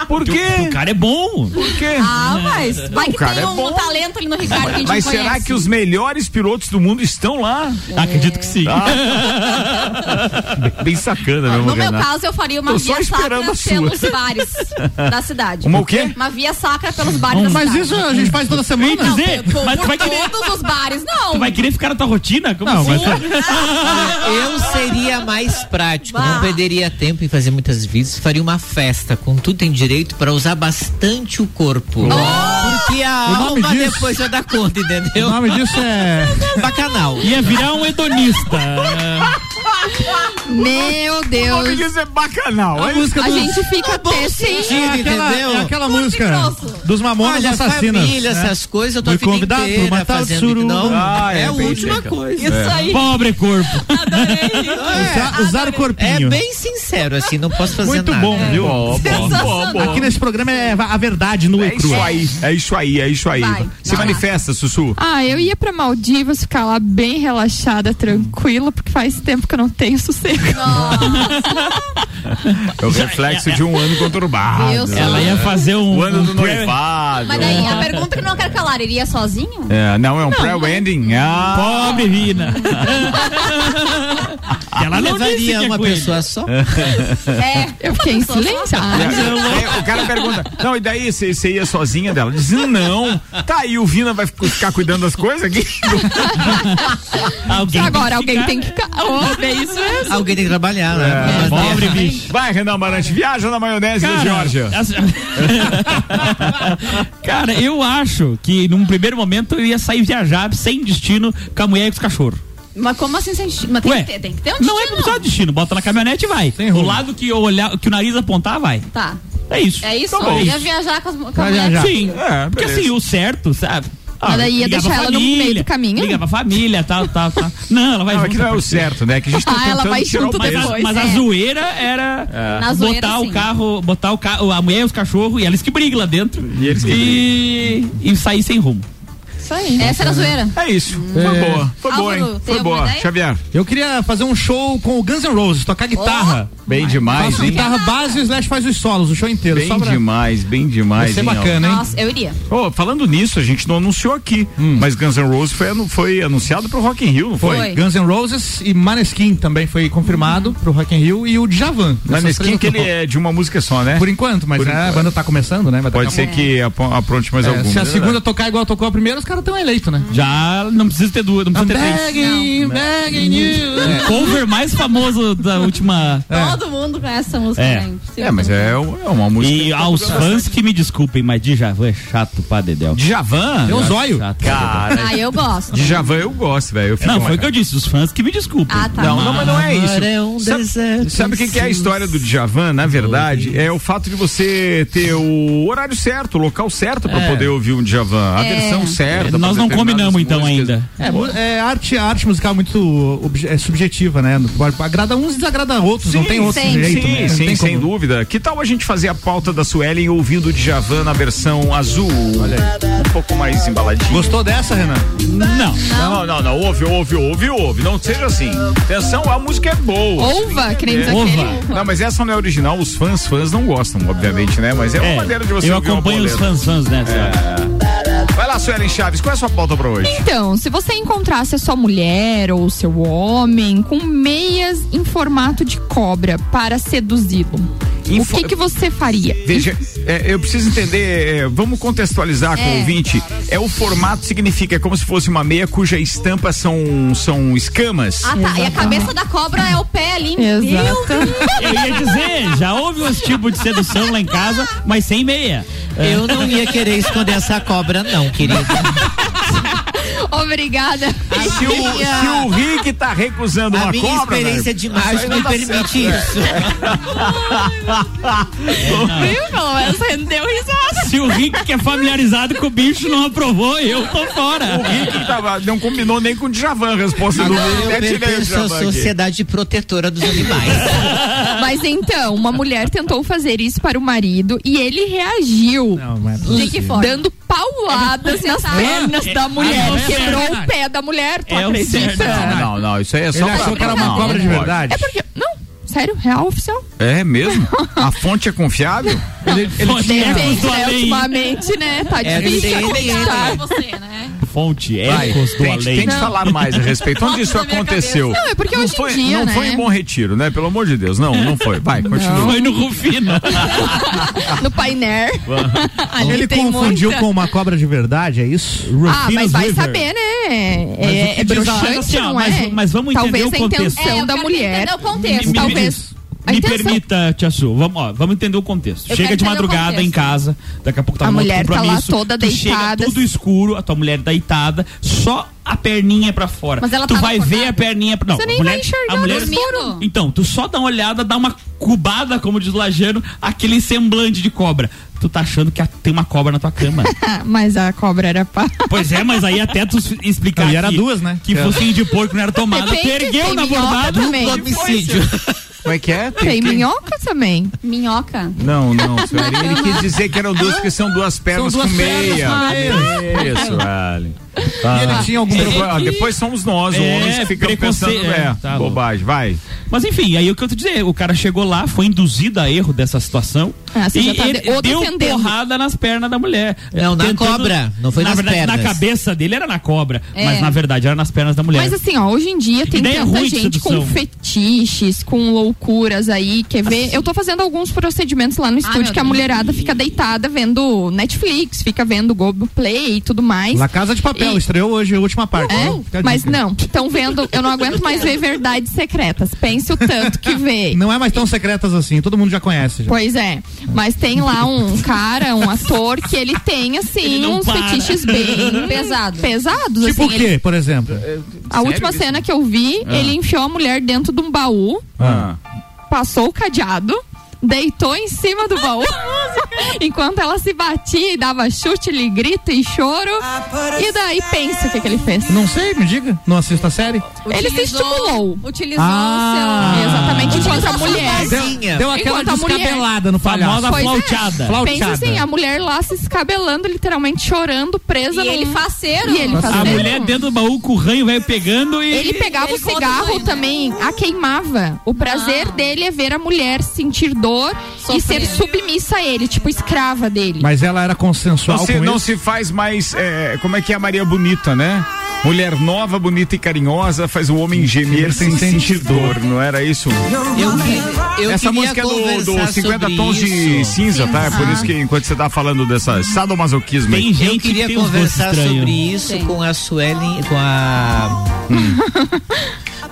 Por O quê? cara é bom. Por quê? Ah, mas vai que cara, tem é um bom. talento ali no Ricardo que a gente Mas não será conhece. que os melhores pilotos do mundo estão lá? É. Acredito que sim. Ah. Ah, Bem- Bem sacana, né, No mesmo, meu Renato. caso, eu faria uma Tô só via sacra esperando a pelos sua. bares da cidade. Uma o quê? Uma via sacra pelos bares da Mas cidade. isso a gente faz toda semana. Vem dizer- Não, por, Mas tu por vai querer- todos os bares, não. Tu vai querer ficar na tua rotina? Como Não, assim? é- Eu seria mais prático, Bah. não perderia tempo em fazer muitas visitas, faria uma festa com tudo em direito para usar bastante o corpo. Porque a Oh! O nome alma disso- depois já dá conta, O entendeu? nome disso é. Bacanal. Ia virar um hedonista. Ah, Meu O nome Deus. disso é bacanal. A é música A dos. gente fica até sem. é aquela, entendeu? é aquela Curto e música grosso. dos mamonas Olha, assassinas. família, né? essas coisas, eu tô Fui a vida convidado pra inteira matar o fazendo. suru. Não, Ah, é, é a bem última seca. coisa. Isso aí. Pobre corpo. Usar, usar o É corpinho. bem sincero, assim, não posso fazer Muito nada. bom, viu? Ó, bom, bom, bom. Aqui nesse programa é a verdade nua É e isso crua. aí, é isso aí, é isso aí. Vai, Se vai lá. manifesta, Sussu. Ah, eu ia pra Maldivas ficar lá bem relaxada, tranquila, porque faz tempo que eu não tenho sossego. É o reflexo de um ano conturbado. É Eu sou- Ela ia fazer um. O ano um do prayer- noivado. Mas daí a pergunta é que não quero calar, iria sozinho? É, não, é um pré-wedding. Ah, Pobre Rina. Ela não disse que Levaria é uma com ele. pessoa só? É. Eu fiquei em silêncio. é, Ah, é, o cara pergunta, não, e daí você você ia sozinha dela? Diz, não. Tá, e o Vina vai fico- ficar cuidando das coisas aqui? Alguém Agora alguém ficar, tem que né? ficar. Oh, é isso mesmo. Alguém tem que trabalhar, É, né? Mas Pobre tem- bicho. Vai, Renan Marante, viaja na maionese do Jorge. as- Cara, eu acho que num primeiro momento eu ia sair viajar sem destino com a mulher e com os cachorros. Mas como assim sem destino? Mas tem, Ué, que ter, tem que ter um não é destino, precisar de destino, bota na caminhonete e vai. O lado que, eu olhar, que o nariz apontar, vai. Tá. É isso. É isso? Tá bom. eu ia viajar com as com a Vai mulher. viajar. Sim, É, porque beleza. assim, o certo, sabe? Ah, Mas daí ia ligar pra deixar ela no meio do né? caminho? Liga pra família, tal, tal, tal. Não, ela vai Não, é junto, que não é o porque- certo, né? Que a gente tá Ah, ela tentando vai tirar o junto Mas, peso. a, Depois, mas a é. zoeira era assim, Na botar zoeira, o sim. carro, botar o carro, a mulher e os cachorros, e eles que brigam lá dentro. E eles que e, e sair sem rumo. Isso aí. Essa era a zoeira. É isso. Foi É. boa. Foi boa, Álvaro, hein? tem Foi alguma boa. ideia? Xavier. Eu queria fazer um show com o Guns N' Roses, tocar guitarra. Bem demais, Faço hein? guitarra base e o Slash faz os solos, o show inteiro. Bem só pra... demais, bem Vai demais. ser hein, Álvaro? é bacana, hein? Nossa, eu iria. Ô, falando nisso, a gente não anunciou aqui, mas Guns N' Roses foi, anu- foi anunciado pro Rock in Rio, não foi? Foi. Guns N' Roses e Maneskin também foi confirmado pro Rock in Rio e o Djavan. Na Essas Nesquim três que ele é de uma música só, né? Por enquanto, mas Por é, a enquanto. banda tá começando, né? Mas daqui Pode a ser que apro- apronte mais pouco- é, alguma. se a né? segunda tocar igual tocou a primeira, os caras estão eleitos, né? Já não precisa ter duas, não I'm precisa ter três. begging, begging you. O É. cover mais famoso da última. É. Todo mundo conhece essa música, É. né? Sim. É, mas é, um- é uma música. E aos fãs que me desculpem, mas Djavan é chato pra Dedel. Djavan? Tem um zóio. Chato pra Cara, Ah, eu gosto. Djavan eu gosto, velho. eu fico Não, uma foi o que cara. eu disse, os fãs que me desculpem. Ah, tá. Não, não, mas não é isso. Agora é um Sabe- deserto Sabe o que, que é a sem história do Djavan, na verdade? É o fato de você ter o horário certo, o local certo pra poder ouvir um Djavan. A É. versão certa, certa. Nós pra não determinadas combinamos então músicas. ainda. É, mu- é, arte, a arte musical é muito obje- é subjetiva, né? Agrada uns e desagrada outros, não tem outro sim, jeito. Sim, né? Não sim, tem sem como. dúvida. Que tal a gente fazer a pauta da Suelen ouvindo o Djavan na versão azul? Um pouco mais embaladinho. Gostou dessa, Renan? Não. Não, não, não. Ouve, ouve, ouve, ouve. Não seja assim. Atenção, a música é boa. Ouva, que nem diz Ouva. aquele. Não, mas essa não é original. Os fãs, fãs não gostam, obviamente, né? Mas é uma É, maneira de você eu ouvir uma É. acompanho os bolera. fãs fãs né, nessa. Vai lá, Suelen Chaves, qual é a sua pauta pra hoje? Então, se você encontrasse é a sua mulher ou o seu homem com meias em formato de cobra para seduzi-lo, Em o fo- que, que você faria? Veja, é, eu preciso entender, é, vamos contextualizar com o ouvinte. É o formato significa, é como se fosse uma meia cuja estampa são, são escamas. Ah, tá. E a cabeça da cobra é o pé ali. Exato. Eu ia dizer, já houve uns tipos de sedução lá em casa, mas sem meia. Eu não ia querer esconder essa cobra, não, querido. Obrigada. Se o, se o Rick tá recusando A uma minha cobra. experiência velho, de isso macho aí me não dá certo. permite isso. Viu? Pelo menos rendeu risada. Se o Rick que é familiarizado com o bicho não aprovou, eu tô O fora. Rick tava- não combinou nem com o Djavan a resposta do Rick. Eu Até tirei o pertenço à Djavan aqui. sociedade protetora dos animais. Mas então, uma mulher tentou fazer isso para o marido e ele reagiu. Não, mas... De que forma? Dando pauladas nas pernas da mulher. Ah, não, Quebrou é o pé da mulher, tu acredita? Não, não, não, isso aí é só Ele pra- achou que era não, uma cobra não de pode. verdade. É porque. Não, sério, real oficial. É mesmo? A fonte é confiável? Fonte Ecos Depende, do né? Além. Ultimamente, né? Tá É, difícil tem, tem, acreditar. Você, né? Fonte Vai, Ecos do tente, Além. tente falar mais a respeito. Onde Foto isso na minha aconteceu? Não, é porque não hoje em foi, dia, não né? foi em Bom Retiro, né? Pelo amor de Deus. Não, não foi. Vai, continua. Foi no Rufino. No painel. Ali Ele tem confundiu muita. com uma cobra de verdade, é isso? Ah, mas Rufinos vai River. saber, né? Mas o É, que é diz a- broxante, assim, ó, não mas- é? mas vamos entender Talvez o a contexto. É, intenção eu da quero mulher. entender o contexto. Me- me- Talvez. A Me intenção. permita, Tia Su, vamos, ó, vamos entender o contexto. Eu Chega quero entender de o madrugada contexto. em casa, daqui a pouco tá A um outro mulher tá lá compromisso, toda tu chega deitada. tudo escuro, a tua mulher deitada, só a perninha pra fora. Mas ela tu tava vai ver acordada. a perninha pra Não, Você a nem mulher, vai enxergar tá a mulher dormindo. Então, tu só dá uma olhada, dá uma cubada, como diz o Lajano, aquele semblante de cobra. Tu tá achando que a- tem uma cobra na tua cama. Ah, Mas a cobra era pá. pois é, mas aí até tu s- explicar Não, e era que, duas, né? que É. focinho de porco não era tomada, tu Depende, ergueu tem na minhoca bordada. também. Homicídio. Como é que é? Tem minhoca também. Minhoca. Não, não, Sueli. Ele quis dizer que eram duas, que são duas pernas duas com meia. pernas com Isso, vale. E ele tinha algum Depois- problema. ah, Depois somos nós, os É, homens que ficamos preconceito, pensando, é, é, tá louco. bobagem, vai. Mas enfim, aí é o que eu tô dizer, o cara chegou lá, foi induzido a erro dessa situação. Ah, você e já tá ele de- ou deu defendendo. porrada nas pernas da mulher. Não, na cobra, não foi na nas verdade, pernas. Na cabeça dele era na cobra, É. mas na verdade era nas pernas da mulher. Mas assim, ó, hoje em dia tem daí é tanta ruim de gente com sedução. fetiches, com loucuras aí, quer ver? Assim. Eu tô fazendo alguns procedimentos lá no estúdio Ah, meu que a Deus. mulherada fica deitada vendo Netflix, fica vendo Globoplay e tudo mais. La Casa de Papel, É. E- estreou hoje a última parte. É, né? Fica a mas dica. não, estão vendo, eu não aguento mais ver verdades secretas. Pense o tanto que vê. Não é mais tão secretas assim, todo mundo já conhece. já. Pois é, mas tem lá um cara, um ator que ele tem assim Ele não uns para. fetiches bem Pesado. pesados Tipo assim. o quê, Ele- por exemplo? a última cena que eu vi, Ah. ele enfiou a mulher dentro de um baú Ah. passou o cadeado, deitou em cima do baú, enquanto ela se batia e dava chute, lhe grito e choro. E daí pensa o que, que ele fez. Não sei, me diga. Não assista a série. Ele se Utilizou- estimulou. Utilizou Ah. o seu. Exatamente enquanto a Utilizou mulher. sua Deu- Deu aquela Enquanto a mulher- descabelada no famosa palhaço. Pois é. flauteada. Flau- Pensa assim, a mulher lá se escabelando, literalmente chorando, presa E num- ele faceiro. E ele A fazendo. mulher dentro do baú com o ranho vai pegando e Ele pegava Ele o cigarro contribui, né? também, a queimava. O prazer dele é ver a mulher sentir dor e Sofrer. ser submissa a ele, tipo escrava dele. Mas ela era Não consensual se, com não isso. se faz mais. é, como é que é a Maria Bonita, né? Mulher nova, bonita e carinhosa faz o homem gemer sem sentir dor, não era isso? Eu, que- eu Essa queria música é do, do conversar 50 sobre Tons de isso. Cinza, tá? É por isso que enquanto você tá falando dessa sadomasoquismo aí. tem gente Eu queria que tem uns gostos conversar estranhos. sobre isso Sim. com a Suelen, com a. Hum.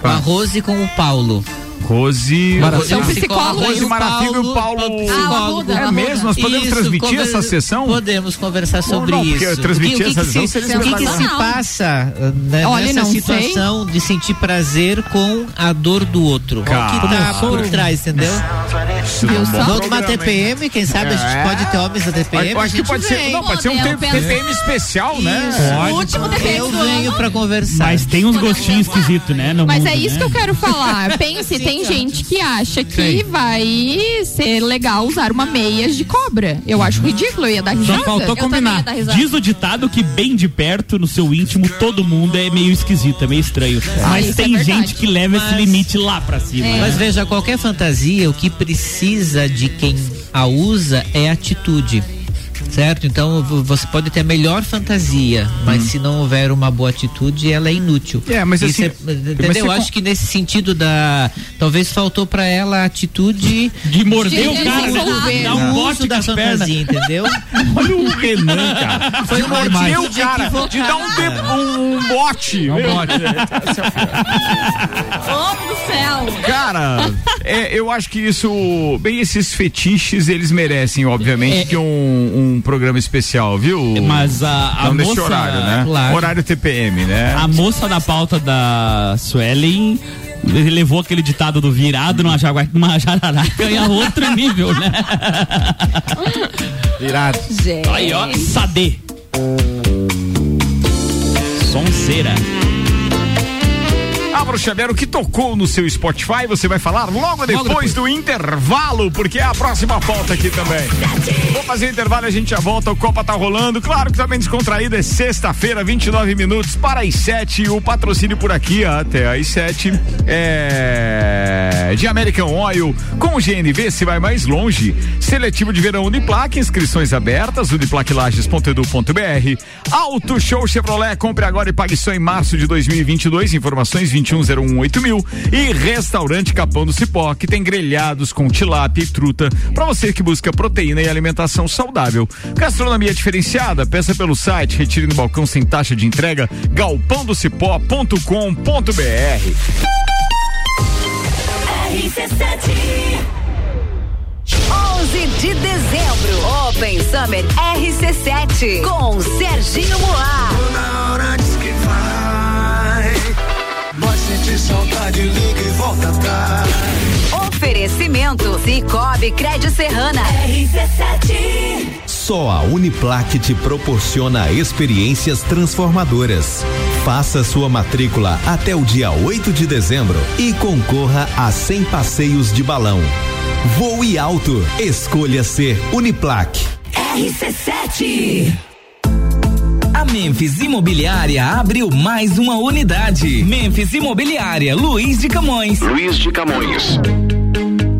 com a Rose e com o Paulo. Rose. Rose é um São psicólogo, psicólogos. e Rose o Marafiga e o Paulo- é um Ah, o psicólogo. Arruda. É mesmo? Nós podemos Isso, transmitir conversa- essa sessão? Podemos conversar sobre não, porque isso. transmitir O que- o que essa que se- sessão O seria que, que se sensacional. passa eh, né, Olha, nessa não sei. situação de sentir prazer com a dor do outro? O que tá Cara. por trás, entendeu? Isso Viu é um só? bom Vamos Vamos uma programa, hein? TPM, quem sabe a gente pode ter homens da TPM. Eu acho a que gente pode ser, vem. não, pode ser um Pô, eu T- penso- TPM especial, né? Isso. Pode. O último TPM Eu do ano. venho pra conversar. Mas tem uns Podemos gostinhos levar. esquisitos, né? no Mas mundo, é isso né? que eu quero falar. Pense, tem gente que acha que vai ser legal usar uma meia de cobra. Eu acho ridículo, eu ia dar risada. Só faltou Eu também ia combinar. dar risada. Diz o ditado que bem de perto, no seu íntimo, todo mundo é meio esquisito, é meio estranho. Mas isso é tem verdade. gente que leva esse Mas- limite lá pra É. cima. É. né? Mas veja, qualquer fantasia, o que precisa de quem a usa é atitude. Certo? Então vo- você pode ter a melhor fantasia, mas se não houver uma boa atitude, ela é inútil. Uhum. É, mas Isso assim, é- mas você entendeu? Eu con- acho que nesse sentido da. Talvez faltou pra ela a atitude. De morder De o cara, né? desenvolver. Dá no um uso bote da das pernas. fantasia, entendeu? Olha o Renan, cara. Foi uma Mordeu o atitude cara de dar um, de, um, um bote. Não meu. pode. Homem do céu. Cara, é, eu acho que isso. Bem, esses fetiches, eles merecem, obviamente, que um, um programa especial, viu? Mas a, a Não moça... nesse horário, né? claro. Horário TPM, né? A moça da pauta da Suelen ele levou aquele ditado do virado numa, jagua, numa jararaca e a outro nível, né? Virado. Gente. Aí, ó, Sade. Sonzeira. Abra o Xavier, o que tocou no seu Spotify, você vai falar logo depois, do intervalo, porque é a próxima pauta aqui também. Vou fazer o intervalo, a gente já volta, o Copa tá rolando, claro que também descontraído, é sexta-feira, 29 minutos para as 7, o patrocínio por aqui até às 7 é de American Oil, com o GNV se vai mais longe, seletivo de verão Uniplac, inscrições abertas, uniplaclages.edu.br, Auto Show Chevrolet, compre agora e pague só em março de 2022, informações 21018000 mil e Restaurante Capão do Cipó, que tem grelhados com tilápia e truta para você que busca proteína e alimentação saudável. Gastronomia diferenciada, peça pelo site, retire no balcão sem taxa de entrega, galpãodocipó.com.br. RC7. 11 de dezembro, Open Summer RC7 com Serginho Moá. Na hora diz que vai. Mas sente saudade, liga e volta atrás. Oferecimento Cicobi Crédito Serrana. RC7. Só a Uniplaque te proporciona experiências transformadoras. Faça sua matrícula até o dia 8 de dezembro e concorra a 100 passeios de balão. Voe alto, escolha ser Uniplaque. RC7. A Memphis Imobiliária abriu mais uma unidade. Memphis Imobiliária, Luiz de Camões. Luiz de Camões.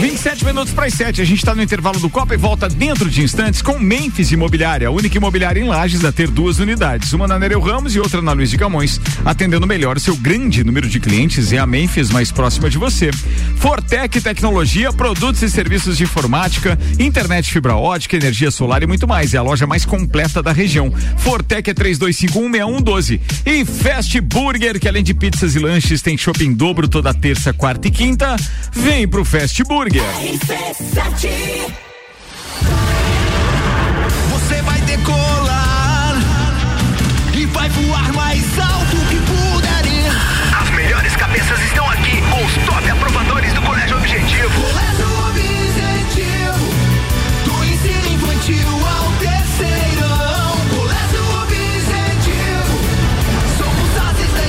27 minutos para as 7. A gente está no intervalo do Copa e volta dentro de instantes com Memphis Imobiliária, a única imobiliária em Lages a ter duas unidades, uma na Nereu Ramos e outra na Luiz de Camões. Atendendo melhor o seu grande número de clientes é a Memphis mais próxima de você. Fortec Tecnologia, produtos e serviços de informática, internet fibra ótica, energia solar e muito mais. É a loja mais completa da região. Fortec é 32516112. E Fast Burger, que além de pizzas e lanches, tem shopping dobro toda terça, quarta e quinta. Vem pro Fast Burger. RC7. Você vai decolar e vai voar mais alto que puder. ir. As melhores cabeças estão aqui com os top aprovadores do Colégio Objetivo. Colégio Objetivo, do ensino infantil ao é terceirão. Colégio Objetivo, somos ases da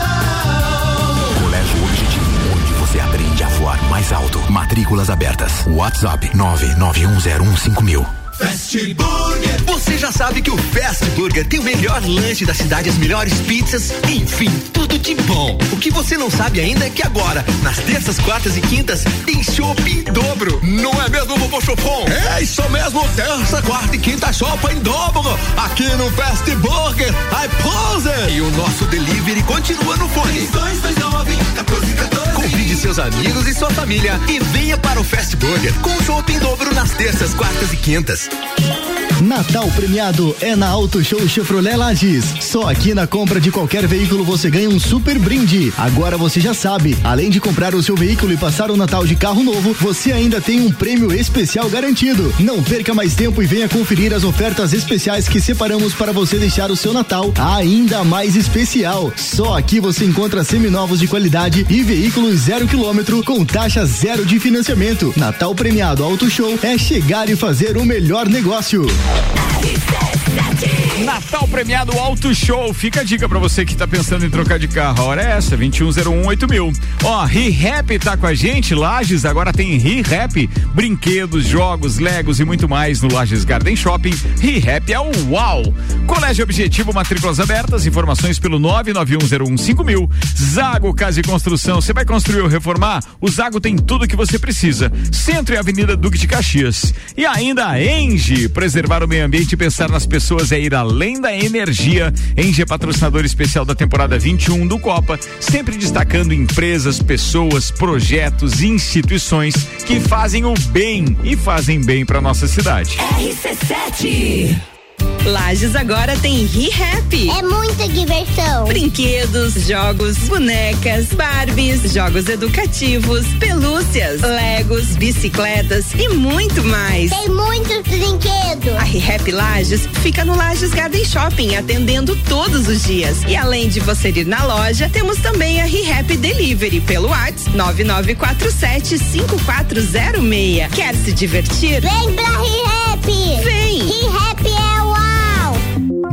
educação. Colégio Objetivo, onde você um aprende a voar mais alto. Matrículas abertas. WhatsApp 991015000. Fast Burger. Você já sabe que o Fast Burger tem o melhor lanche da cidade, as melhores pizzas, enfim, tudo de bom. O que você não sabe ainda é que agora, nas terças, quartas e quintas, tem chopp em dobro. Não é mesmo, Bobo Chopon? É isso mesmo, terça, quarta e quinta, chopp em dobro. Aqui no Fast Burger, I pose. E o nosso delivery continua no fone. 229 1414. Convide seus amigos e sua família e venha para o Fast Burger com chopp em dobro nas terças, quartas e quintas. Natal premiado é na Auto Show Chevrolet Lages. Só aqui na compra de qualquer veículo você ganha um super brinde. Agora você já sabe, além de comprar o seu veículo e passar o Natal de carro novo, você ainda tem um prêmio especial garantido. Não perca mais tempo e venha conferir as ofertas especiais que separamos para você deixar o seu Natal ainda mais especial. Só aqui você encontra seminovos de qualidade e veículos zero quilômetro com taxa zero de financiamento. Natal premiado Auto Show é chegar e fazer o melhor negócio. Natal premiado Auto Show. Fica a dica pra você que tá pensando em trocar de carro. A hora é essa, 2101 mil. Ó, ReHap tá com a gente, Lages. Agora tem ReHap, brinquedos, jogos, legos e muito mais no Lages Garden Shopping. ReHap é o UAU. Colégio Objetivo, matrículas abertas, informações pelo 99101 mil. Zago Casa e Construção. Você vai construir ou reformar? O Zago tem tudo que você precisa. Centro e Avenida Duque de Caxias. E ainda a Enge, preservar o meio ambiente e pensar nas pessoas é ir além da energia. Enge é patrocinador especial da temporada 21 do Copa, sempre destacando empresas, pessoas, projetos e instituições que fazem o bem e fazem bem para nossa cidade. RC7. Lages agora tem ReHap. É muita diversão. Brinquedos, jogos, bonecas, Barbies, jogos educativos, pelúcias, Legos, bicicletas e muito mais. Tem muitos brinquedos. A ReHap Lages fica no Lages Garden Shopping, atendendo todos os dias. E além de você ir na loja, temos também a ReHap Delivery pelo WhatsApp 99475406. Quer se divertir? Vem pra ReHap. Vem. ReHap é uau.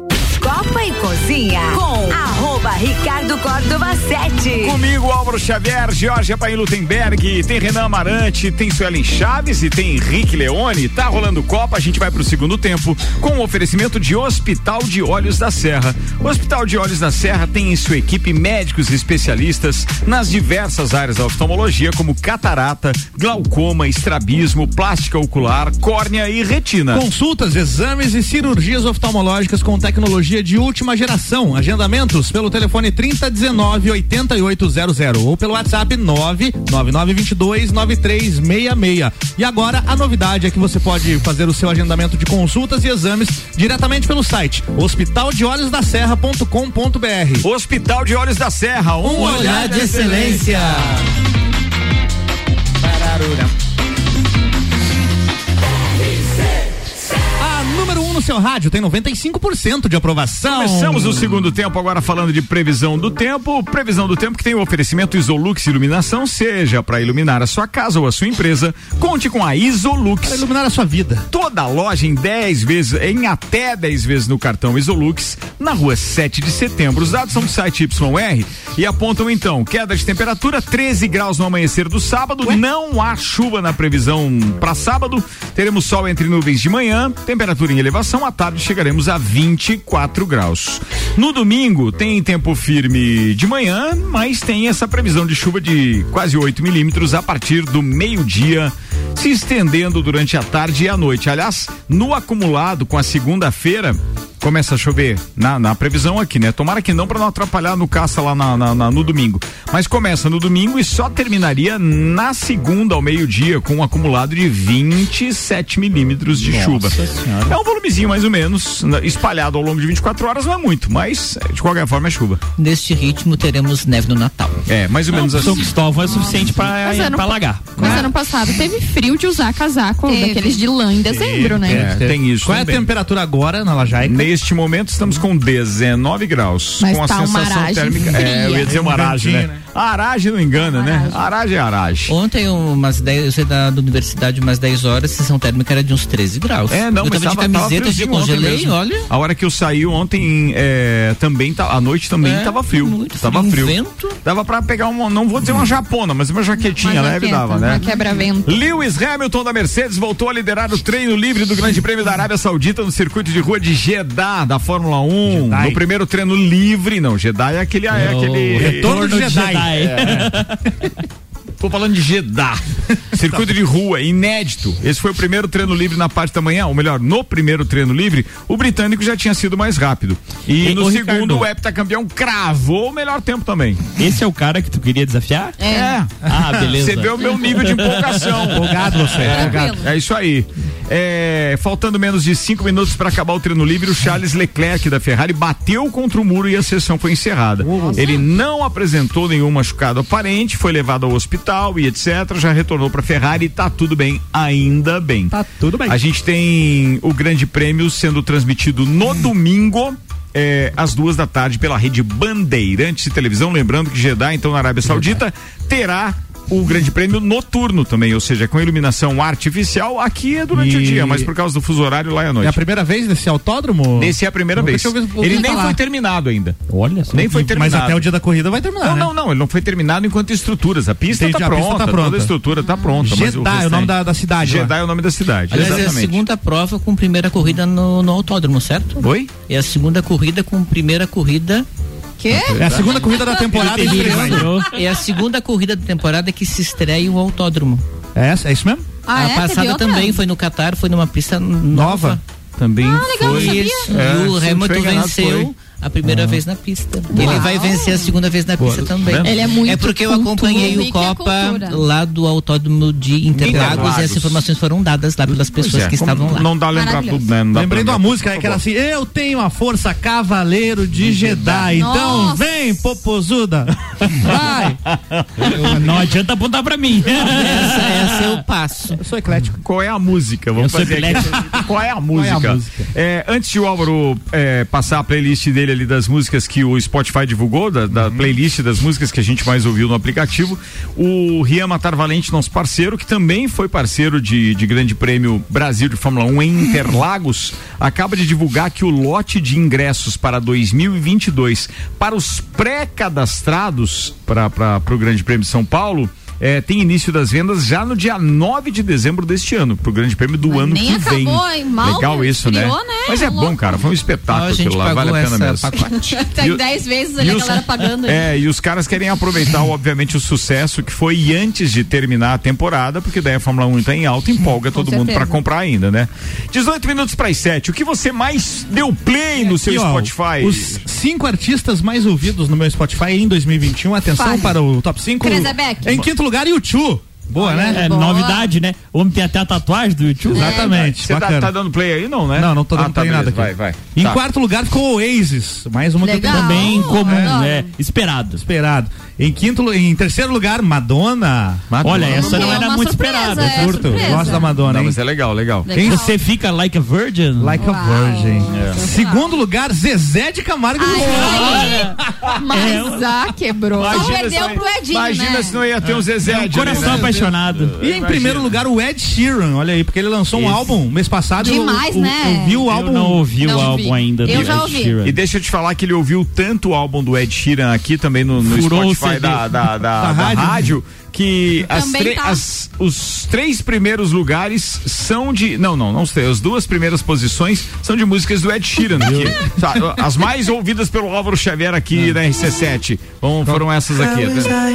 Copa e Cozinha com arroba Ricardo Córdova 7. Comigo, Álvaro Xavier, Jorge Apaí Lutemberg, tem Renan Amarante, tem Suelen Chaves e tem Henrique Leone. Tá rolando Copa, a gente vai pro segundo tempo com o oferecimento de Hospital de Olhos da Serra. O Hospital de Olhos da Serra tem em sua equipe médicos e especialistas nas diversas áreas da oftalmologia, como catarata, glaucoma, estrabismo, plástica ocular, córnea e retina. Consultas, exames e cirurgias oftalmológicas com tecnologia de última geração. Agendamentos pelo telefone 3019 8800 ou pelo WhatsApp 99922 9366. E agora a novidade é que você pode fazer o seu agendamento de consultas e exames diretamente pelo site hospitaldeolhosdaserra.com.br. Hospital de Olhos da Serra, um, Um olhar de excelência. A número 1 um no seu rádio tem 95% de aprovação. Começamos o segundo tempo agora falando de previsão do tempo. Previsão do tempo que tem o oferecimento Isolux Iluminação, seja para iluminar a sua casa ou a sua empresa, conte com a Isolux. Para iluminar a sua vida. Toda loja em 10 vezes, em até 10 vezes no cartão Isolux, na rua 7 de setembro. Os dados são do site YR e apontam então queda de temperatura 13 graus no amanhecer do sábado. Não há chuva na previsão para sábado. Teremos sol entre nuvens de manhã, temperatura em elevação à tarde chegaremos a 24 graus. No domingo tem tempo firme de manhã, mas tem essa previsão de chuva de quase 8 milímetros a partir do meio-dia, se estendendo durante a tarde e a noite. Aliás, no acumulado com a segunda-feira, começa a chover, na, na previsão aqui, né? Tomara que não para não atrapalhar no caça lá na- na- na- no domingo. Mas começa no domingo e só terminaria na segunda ao meio-dia com um acumulado de 27 milímetros de Nossa chuva. Senhora. É um volumezinho mais ou menos, né, espalhado ao longo de 24 horas, não é muito, mas eh, de qualquer forma é chuva. Neste ritmo teremos neve no Natal. É, mais ou Não, menos São assim. Cristóvão é suficiente para Mas ano pa- Mas ano passado teve frio de usar casaco daqueles de lã em dezembro, né? É, tem isso. Qual é a temperatura agora na Lajaica? Neste momento estamos com 19 graus. Mas com a tá uma sensação aragem térmica. fria. É, eu ia dizer uma aragem, né? A Aragem não engana, né? Aragem é aragem. Ontem, umas 10, eu saí da, da universidade umas 10 horas, sessão térmica era de uns 13 graus. É, não, eu mas tava de tava- tava camiseta, friozinho ontem descongelei, mesmo. olha. A hora que eu saí ontem, é, também, tá, à noite também tava frio. tava frio. Um Dava pra pegar uma, não vou dizer uma japona, mas uma Uma jaquetinha leve jaqueta, dava, né? uma quebra-vento. Lewis Hamilton da Mercedes voltou a liderar o treino livre do Grande Prêmio da Arábia Saudita no circuito de rua de Jeddah, da Fórmula 1. No primeiro treino livre, não, Jeddah é aquele... É É o aquele retorno de Jedi. É. Tô falando de Jeddah. Circuito de rua, inédito. Esse foi o primeiro treino livre na parte da manhã, ou melhor, no primeiro treino livre, o britânico já tinha sido mais rápido. E, E, no ô, segundo, Ricardo. o heptacampeão cravou o melhor tempo também. Esse é o cara que tu queria desafiar? É. Ah, beleza. Você vê o meu nível de empolgação. Empolgado você. É, Tranquilo. é isso aí. É, faltando menos de cinco minutos para acabar o treino livre, o Charles Leclerc da Ferrari bateu contra o muro e a sessão foi encerrada. Ele não apresentou nenhum machucado aparente, foi levado ao hospital e etc. Já retornou para Ferrari e tá tudo bem, ainda bem. Tá tudo bem. A gente tem o Grande Prêmio sendo transmitido no domingo. é, às duas da tarde pela rede Bandeirantes de televisão, lembrando que Jeddah, então na Arábia Saudita, terá o Grande Prêmio noturno também, ou seja, com iluminação artificial aqui é durante o E- dia, mas por causa do fuso horário lá é à noite. É a primeira vez nesse autódromo? Esse é a primeira Nunca vez. tinha ouvido- Ele ouvido nem falar. Ah. foi terminado ainda. Olha só. Nem foi Mas terminado. até o dia da corrida vai terminar, Não, né? não, não. Ele não foi terminado enquanto estruturas. A pista Entendi, está a pista pronta, tá Toda pronta. a estrutura tá pronta. mas Jeddah é o nome restante- da- da cidade né? lá. Jeddah é o nome da cidade. Aliás, é a exatamente. segunda prova com primeira corrida no, no autódromo, certo? Oi? É a segunda corrida com primeira corrida. Quê? É a segunda corrida da temporada, Ele ele ganhou. É a segunda corrida da temporada que se estreia o autódromo. É, essa- é isso mesmo? Ah, a passada também foi no Catar, foi numa pista nova. Também foi. Isso, É, e o Hamilton venceu venceu. a Ah. primeira vez na pista. Ele vai vencer a segunda vez na pista Tá também. Ele é muito É porque eu cultura. acompanhei Rick o é Copa cultura. lá do autódromo de Interlagos é Interlagos. e essas informações foram dadas lá pelas pessoas é, que como estavam lá. não dá a lembrar Maravilhoso. tudo, né? Não dá Lembrei de pra uma lembrar, música por né, que era favor. assim: Eu tenho a força cavaleiro de Jedi. Então Nossa. vem, popozuda. Vai. Não adianta apontar pra mim. Essa, essa eu passo. Eu sou eclético. Qual é a música? Vamos Eu sou fazer eclético. aqui. Qual é a é a música? música? É, antes de o Álvaro é, passar a playlist dele ali das músicas que o Spotify divulgou, da, da Uhum. playlist das músicas que a gente mais ouviu no aplicativo, o Rian Matar Valente, nosso parceiro, que também foi parceiro de, de Grande Prêmio Brasil de Fórmula 1 em Interlagos, acaba de divulgar que o lote de ingressos para 2022 para os pré-cadastrados para o Grande Prêmio de São Paulo. é, tem início das vendas já no dia 9 de dezembro deste ano, para o Grande Prêmio do ano nem que vem. acabou, hein? Mal Legal isso, né? esfriou, né? Mas é bom, cara. Foi Ó, um a espetáculo gente aquilo lá. Vale a pagou pena essa mesmo. pacote. E Tem o- dez vezes ali e a os- galera pagando. né? aí. É, e os caras querem aproveitar, obviamente, o sucesso que foi e antes de terminar a temporada, porque daí a Fórmula 1 tá em alta, empolga todo mundo certeza. pra comprar ainda, né? 18 minutos para as 7. O que você mais deu play no seu Aqui, ó, Spotify? Os cinco artistas mais ouvidos no meu Spotify em 2021. Atenção Fale. para o top 5. Teresa Beck. Em quinto lugar, YouTube. Boa, né? É, É novidade, né? O homem tem até a tatuagem do YouTube. Exatamente. Você tá, bacana. tá dando play aí, não, né? Não, não tô dando Ah, tá, play nada aqui. beleza. Vai, vai. Em Tá. quarto lugar ficou o Oasis. Mais uma que eu Legal. tenho Bem comum, É. né? Esperado. Esperado. Em quinto, lu- em terceiro lugar, Madonna. Madonna. Olha, essa não É era uma muito surpresa, esperada. é Curto. surpresa. Gosto da Madonna, Não, hein? mas é legal, legal. Legal. Você fica like a virgin? Like a Virgin. É. Segundo lugar, Zezé de Camargo. Mas a quebrou. Só É, Imagina perdeu se- pro Edinho, Imagina né? se não ia ter É. um Zezé. Meu de coração ali, né? apaixonado. E em primeiro lugar, o Ed Sheeran. Olha aí, porque ele lançou um álbum mês passado. e eu- Demais, eu- né? Eu vi o Eu álbum. não ouvi Não o álbum ouvi. ainda. do Eu já Ed ouvi. Sheeran. E deixa eu te falar que ele ouviu tanto o álbum do Ed Sheeran aqui também no, no Furou o Spotify CD. da, da, da- da rádio. rádio que as Também tre- tá. as- os três primeiros lugares são de. Não, não, não sei. As duas primeiras posições são de músicas do Ed Sheeran. que- tá, as mais ouvidas pelo Álvaro Xavier aqui da RC7. Bom, foram essas aqui. tá?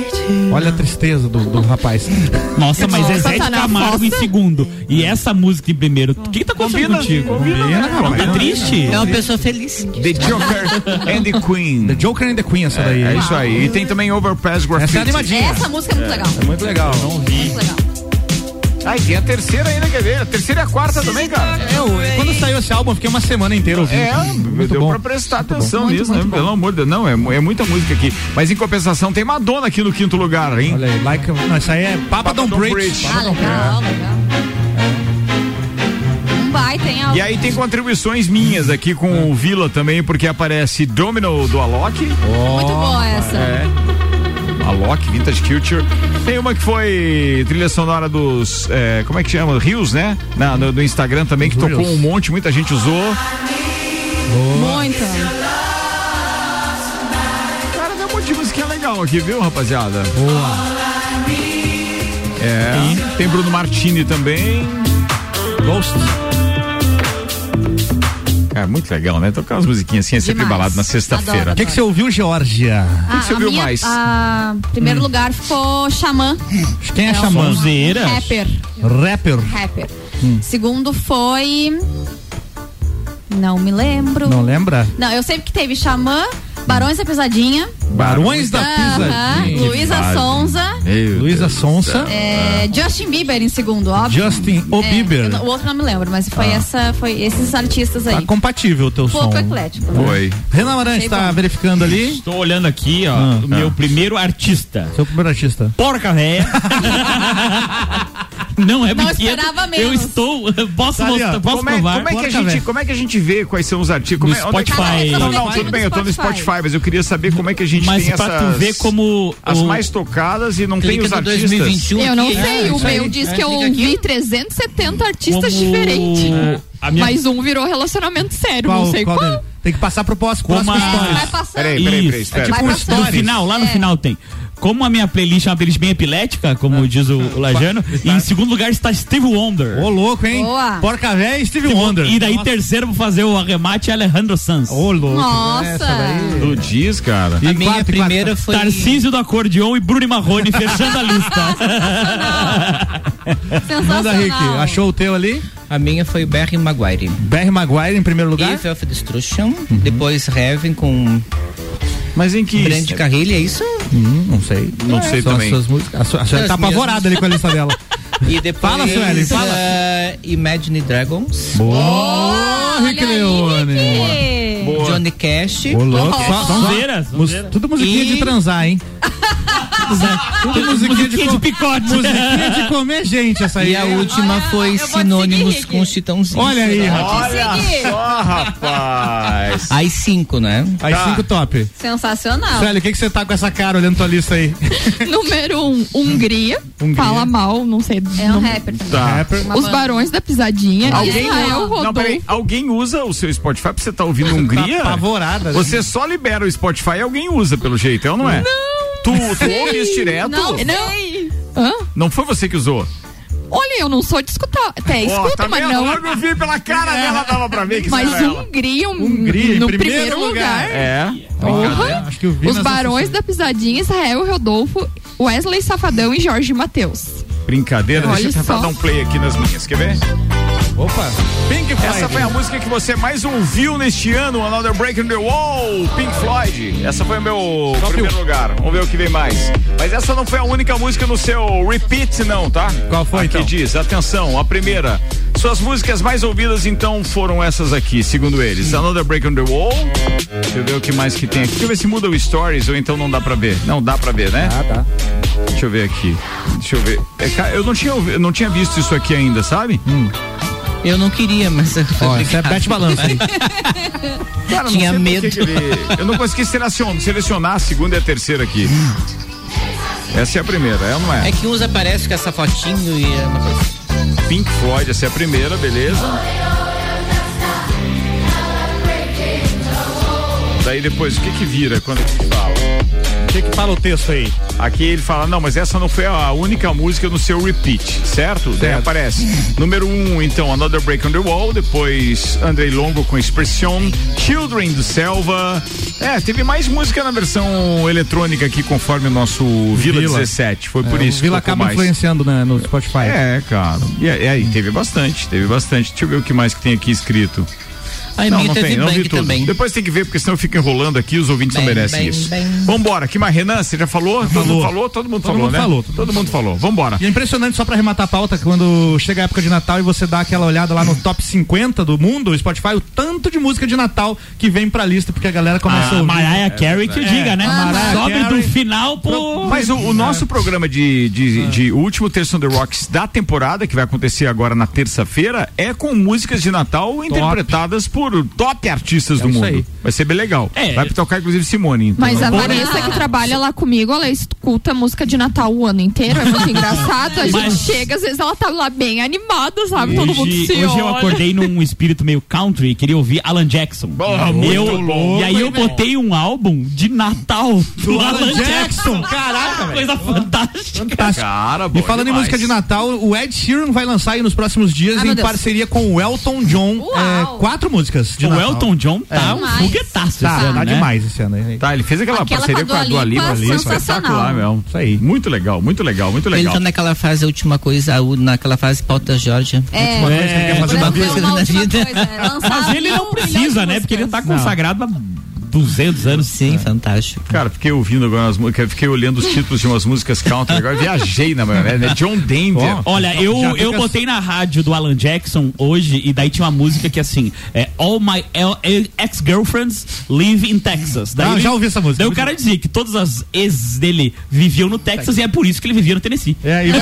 Olha a tristeza do, do rapaz. Nossa, mas é Nossa, Zé tá de na Camargo em segundo. E essa música em primeiro. O que tá Combina, acontecendo contigo? combina, né, Tá rapaz? triste? É uma pessoa feliz. The Joker and the Queen. The Joker and the Queen, essa daí. É, isso aí. E tem também Overpass Graffiti. Essa é animadinha. Essa música é muito legal. É muito legal. Muito legal. Ai, tem a terceira ainda, quer ver? A terceira e a quarta também, cara. É, Eu, quando saiu esse álbum, eu fiquei uma semana inteira ouvindo. É, deu pra prestar atenção bom. nisso, Muito, muito né? Pelo amor de Deus. Não, é, mu- é muita música aqui. Mas em compensação, tem Madonna aqui no quinto lugar, hein? Olha aí, like. Não, isso aí é Papa, Don't, Preach. Ah, legal, legal. Um baita, hein? E aí tem contribuições minhas aqui com o Vila também, porque aparece Domino do Alok. Muito boa essa. É. Alok, Vintage Culture. Tem uma que foi trilha sonora dos. é, como é que chama? Rios, né? Na, no, do Instagram também, que tocou um monte, muita gente usou. Muito. Cara, tem um monte de musiquinha legal aqui, viu, rapaziada? Boa. É. Tem Bruno Martini também. Ghost. Cara, muito legal, né? Tocar umas musiquinhas assim, é sempre Demais. balado na sexta-feira. Adoro, É O que que você ouviu, Georgia? que você viu minha- mais? Hum. a- primeiro lugar ficou Xamã. Quem é um Xamã? Sonzeira. Rapper. Rapper. Rapper. Hum. Segundo foi. Não me lembro. Não lembra? Não, eu sei que teve Xamã, Barões da Pesadinha. Barões da Aham, Pisadinha. Luísa Sonza. Luísa Sonza. é, Justin Bieber em segundo, óbvio. Justin o É, Bieber. eu não- o outro não me lembro, mas foi Ah. essa, foi esses artistas Tá aí. compatível o teu Pouco som. eclético. né? Foi. Renan Amarante Achei tá bom. verificando ali. Estou olhando aqui, ó. o meu primeiro artista. Seu é primeiro artista. Porca véia. Não é Não brinquedo. esperava Eu menos. estou. Posso Tá ali, ó. mostrar? Posso como, é, provar? como é que a gente, como é que a gente vê quais são os artigos? Como No é- onde é que- Spotify. Não, não, tudo Spotify. bem, eu tô no Spotify, mas eu queria saber como é que a gente Mas tem pra tu essas... ver como As o- mais tocadas e não tem Clica os no artistas. 2021 Eu não É, sei, o isso meu aí. diz É, que eu clica ouvi 370 artistas diferentes. A minha- Mas um virou relacionamento sério, Qual- não sei qual qual. dele? Tem que passar pro próximo Como próximo a- stories. Vai passando. Peraí, peraí, peraí, Isso, pera. é tipo Vai um pra stories. No stories. final, lá no É. final tem. Como a minha playlist é uma playlist bem epilética, como É. diz o, o Lajano, e em segundo lugar está Steve Wonder. Ô, louco, hein? Boa. Porca véia e Steve Wonder. E daí terceiro pra fazer o arremate é Alejandro Sanz. Ô, louco. Nossa. Tu diz, cara. A minha primeira foi. Tarcísio do Acordeon e Bruno Marrone fechando a lista. Manda, Rick. Sensacional. Achou o teu ali? A minha foi Barry Maguire. Barry Maguire em primeiro lugar. Eve of Destruction. Uhum. Depois Heaven com Mas em que. Grande Carrilha, é isso? Hum, não sei. Não sei São também. As suas músicas. A sua- a senhora As tá minhas. apavorada ali com a lista dela. E depois. Fala, Sueli, fala. eh, Imagine Dragons. Boa, Rick Leone. Boa. Johnny Cash. Ô, louco. Só, só- Sonzeira, mus- sonzeira. tudo musiquinha E- de transar, hein? tudo musiquinha de, Musiquinha de co- picote. musiquinha de comer gente essa aí. E a última Tá. foi vou te Sinônimos seguir, com os Titãozinhos. Olha aí, rapaz. Olha só, rapaz. As cinco, né? Aí cinco top. Sensacional. Sueli, o que que você tá com essa cara olhando tua lista aí? Número um, Hungria. Fala mal, não sei. É um não- rapper. Tá. Rapper. Uma Os banda. Barões da Pisadinha. Alguém- Israel Não, rodou. peraí. Alguém usa o seu Spotify pra você estar ouvindo Hungria? Tá apavorada. Você é só libera o Spotify e alguém usa, pelo jeito, é ou não é? Não! Tu, tu ouves direto? Não, Não. sei. Hã? foi você que usou? Olha, eu não sou de escutar. Até Ó, escuta, tá mas vendo? não. Logo eu vi pela cara dela, dava pra ver que tá Mas isso era ela. Hungria, um- Hungria, em no primeiro primeiro lugar. lugar. É. Porra. Acho que eu vi Os nas Barões da Pisadinha, Israel Rodolfo, Wesley Safadão e Jorge Matheus. Brincadeira, Olha deixa eu tentar só. dar um play aqui nas minhas, quer ver? Opa, Pink Floyd. Essa foi a música que você mais ouviu neste ano, Another Break in the Wall, Pink Floyd. Essa foi o meu primeiro lugar. Vamos ver o que vem mais. Mas essa não foi a única música no seu repeat, não, tá? Qual foi, aqui então? diz, atenção, a primeira. Suas músicas mais ouvidas, então, foram essas aqui, segundo eles. Another Break on the Wall. Deixa eu ver o que mais que tem aqui. Deixa eu ver se muda o Stories ou então não dá pra ver. Não, dá pra ver, né? Ah, tá. Deixa eu ver aqui. Deixa eu ver. É, cara, eu não tinha, ouvi- eu não tinha visto isso aqui ainda, sabe? Hum. Eu não queria, mas. foi Ó, essa é obrigado. Beth Balança. hein? Cara, não Tinha sei por que medo. que ele- Eu não consegui selecionar, selecionar a segunda e a terceira aqui. Essa é a primeira, é ou não é? É que uns aparecem com essa fotinho e. é uma coisa. Pink Floyd, essa é a primeira, beleza? Daí depois, o que que vira quando que fala? O que que fala o texto aí? Aqui ele fala, não, mas essa não foi a única música no seu repeat, certo? Daí Certo. aparece. Número um, então, Another Break on the Wall, depois Andrei Longo com Expression, Children do Selva. É, teve mais música na versão eletrônica aqui, conforme o nosso Vila, Vila. 17. Foi É, por o isso Vila que tocou acaba mais. influenciando né, no Spotify. É, cara. E aí, teve bastante, teve bastante. Deixa eu ver o que mais que tem aqui escrito. A não, não Anitta tem, e não vi Bang tudo. também. Depois tem que ver, porque senão eu fico enrolando aqui, os ouvintes não Bem, merecem bem, isso. bem. Vambora, que mais, Renan? Você já falou? Todo mundo falou? Todo mundo Todo falou, mundo né? falou, todo mundo falou. Vambora. E é impressionante, só pra arrematar a pauta, que quando chega a época de Natal e você dá aquela olhada lá no top 50 do mundo, o Spotify, o tanto de música de Natal que vem pra lista, porque a galera começa a A ouvir. Ah, Mariah Carey que É, diga, né? a Mariah Sobe Carey. do final pro. Mas o, o nosso programa de, de, de último Terça on the Rocks da temporada, que vai acontecer agora na terça-feira, é com músicas de Natal interpretadas por top artistas do isso mundo. aí. Vai ser bem legal. Vai tocar, inclusive, Simone. então. Mas a Vanessa que trabalha lá comigo, ela escuta música de Natal o ano inteiro, é muito engraçado. A gente Mas- chega, às vezes ela tá lá bem animada, sabe? Todo mundo Hoje, se hoje é olha. eu acordei num espírito meio country e queria ouvir Alan Jackson. Boa, muito eu, louco, e aí eu hein, velho? botei um álbum de Natal do, Alan, Jackson. Caraca, Coisa fantástica. Fantástico. Cara, e falando em música de Natal, o Ed Sheeran vai lançar aí nos próximos dias, Ah, meu em Deus. parceria com o Elton John, é, quatro músicas de O Natal. Elton John tá um Demais. foguetaço Tá, esse ano, tá né? demais esse ano. aí. Tá, ele fez aquela, Aquela parceria com com a a Dua Lipa, ali, sensacional. espetacular mesmo. Isso aí. Muito legal, muito legal, muito Ele legal. tá naquela fase, a última coisa, a u- naquela fase pauta da Georgia. É. última coisa que ele quer fazer É, na uma vida. na última vida. coisa, é lançar Mas Tá ele não mil precisa, né? Porque ele tá músicas. consagrado há 200 anos. Sim, fantástico. Cara, fiquei ouvindo agora as músicas, fiquei olhando os títulos de umas músicas country, agora viajei na maionese, né? John Denver. Olha, Já eu, fica eu botei na rádio do Alan Jackson hoje e daí tinha uma música que assim, é All My El- El- Ex-Girlfriends Live in Texas. Daí Ah, ele- já ouvi essa música. Daí o Muito cara dizia que todas as ex dele viviam no Texas e é por isso que ele vivia no Tennessee. É, e vai-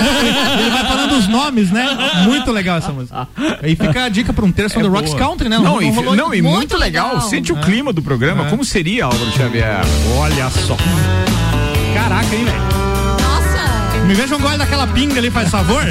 ele vai falando os nomes, né? Muito legal essa música. Aí fica a dica pra um terço É do boa. Rocks Country, né? Não, e, rolou- não, e muito, legal. Sente o É. clima do programa. Como seria, Álvaro Xavier? Olha só. Caraca, hein, velho? Nossa! Me veja um gole daquela pinga ali, faz favor.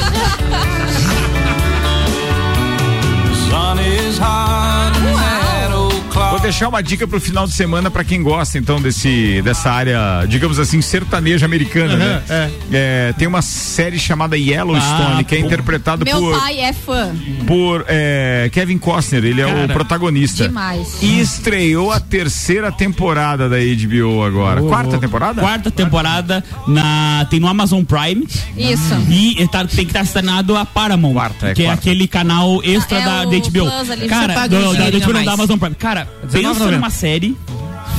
Vou deixar uma dica pro final de semana pra quem gosta, então, desse, dessa área, digamos assim, sertaneja americana, né? É, tem uma série chamada Yellowstone, que é interpretada Meu por, pai é fã. por é, Kevin Costner. Ele é o Cara, protagonista. Demais. E estreou a terceira temporada da HBO agora. Quarta temporada? Quarta temporada na, tem no Amazon Prime. Isso. E é, tá- tem que estar assinado a Paramount, é que é quarta. aquele canal extra Ah, é da, o da HBO. Plus ali, você cara, paga um do, da, da dinheirinho a HBO É. não, da mais. Amazon Prime. Cara, pensa 19,90. numa série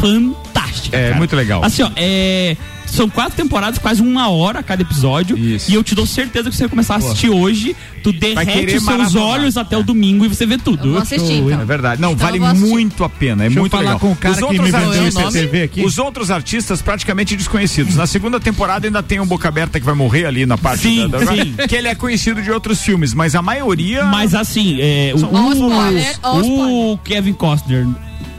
fantástica. É, cara. muito legal. Assim, ó, é, são quatro temporadas, quase uma hora cada episódio. E eu te dou certeza que se você começar a assistir hoje, tu derrete querer os seus maratonar. olhos até o domingo e você vê tudo. vou assistir, então. É verdade. Não, Então vale eu vou assistir. muito a pena. É Deixa eu muito falar legal. com o cara os que outros me vendeu artistas, esse TV aqui. Os outros artistas praticamente desconhecidos. Na segunda temporada ainda tem um Boca Aberta que vai morrer ali na parte Sim, da, da- sim. que ele é conhecido de outros filmes, mas a maioria Mas assim, é, o, Ó, spoiler, ó, o, o Kevin Costner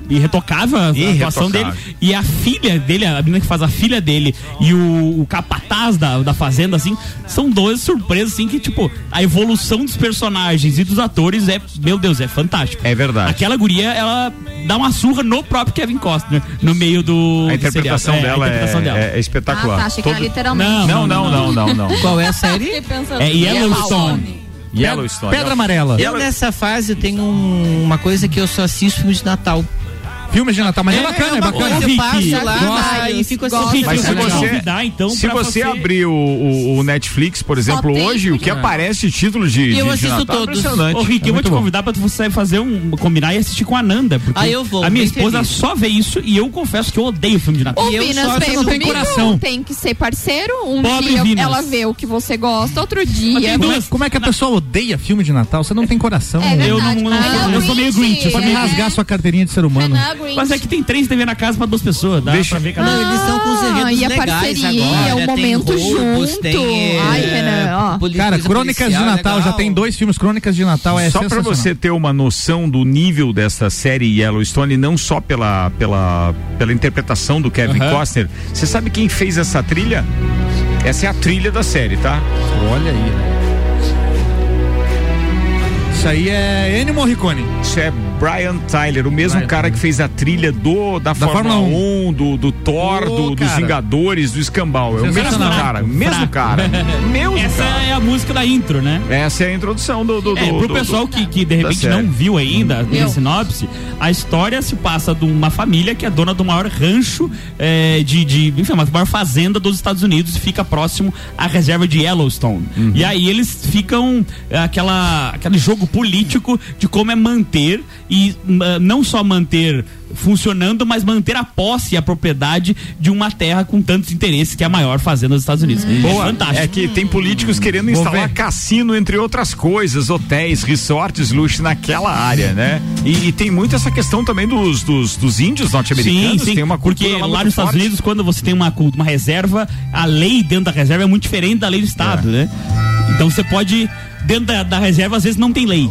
irretocável a atuação dele. Irretocável. E a filha dele, a menina que faz a filha dele e o, o capataz da, da fazenda, assim, são duas surpresas, assim, que, tipo, a evolução dos personagens e dos atores é, meu Deus, é fantástico. é verdade. Aquela guria, ela dá uma surra no próprio Kevin Costner, no meio do. a do interpretação seriado. dela, É, a interpretação é, dela. é- é espetacular. Ah, tá, achei que era literalmente. Não, Não, não, não, não, não. Qual é a série? É Yellowstone. Yellowstone. Pedra Amarela. Eu nessa fase eu tenho um- uma coisa que eu só assisto filme de Natal. Filmes de Natal, mas é, bacana, é uma bacana. Coisa, eu Vicky, passo lá gosta. e fico Gosta. assistindo. Mas Eu se vou te você, convidar, então, se pra você você- abrir o, o- o Netflix, por exemplo, tem hoje, o que aparece de título de, de, Eu de assisto Natal é todos. impressionante. Ô, Rick, É eu vou muito te bom. convidar pra você fazer um. combinar e assistir com a Nanda. Porque Ah, eu vou, A minha bem esposa feliz. só vê isso e eu confesso que eu odeio filme de Natal. O E eu Minas só- veio não tem comigo, coração. tem que ser parceiro. Um Pobre dia Minas. ela vê o que você gosta, outro Mas dia. tem Como é, duas- como é que a pessoa odeia filme de Natal? Você não tem coração. É Eu verdade. não- não- Ah, Mas eu sou meio Grinch, eu sou Pode meio é. rasgar sua carteirinha de ser humano. Renan Grinch. Mas é que tem três TV na casa pra duas pessoas. Dá Deixa- pra ver cada Não, eles estão com os Ah, enredos e a legais parceria, agora. É um o tem momento roubos, junto. Tem, é, Ai, Renan, ó. política- Cara, coisa Crônicas de policial, é Natal, legal. já tem dois filmes Crônicas de Natal, é só pra sensacional. você ter uma noção do nível dessa série Yellowstone, não só pela, pela, pela interpretação do Kevin Aham. Costner, você sabe quem fez essa trilha? Essa é a trilha da série, tá? Olha aí. Isso aí é Ennio Morricone. Isso é Brian Tyler, o mesmo cara que fez a trilha do da, Fórmula, Fórmula 1, do, do Thor, Ô, do, dos cara. Vingadores, do Escambau. É o mesmo Sensacional. cara, mesmo Fraco. cara. Mesmo Essa cara. é a música da intro, né? Essa é a introdução do. do é, do- pro do- Uhum. pessoal que, que de da repente série. não viu ainda Meu. a sinopse, a história se passa de uma família que é dona do maior rancho é, de, de. Enfim, uma maior fazenda dos Estados Unidos e fica próximo à reserva de Yellowstone. Uhum. E aí eles ficam é, aquela, aquele jogo político de como é manter e hum, ah, não só manter funcionando, mas manter a posse e a propriedade de uma terra com tantos interesses que é a maior fazenda dos Estados Unidos. Boa. É fantástico. É que tem políticos querendo instalar cassino, entre outras coisas, hotéis, resorts, luxo naquela área, né? E, e tem muito essa questão também dos, dos, dos índios norte-americanos. Tem uma cultura porque muito lá nos Estados forte. Unidos, quando você tem uma, cult- uma reserva, a lei dentro da reserva é muito diferente da lei do É. Estado, né? Então você pode, dentro da, da reserva, às vezes não tem lei.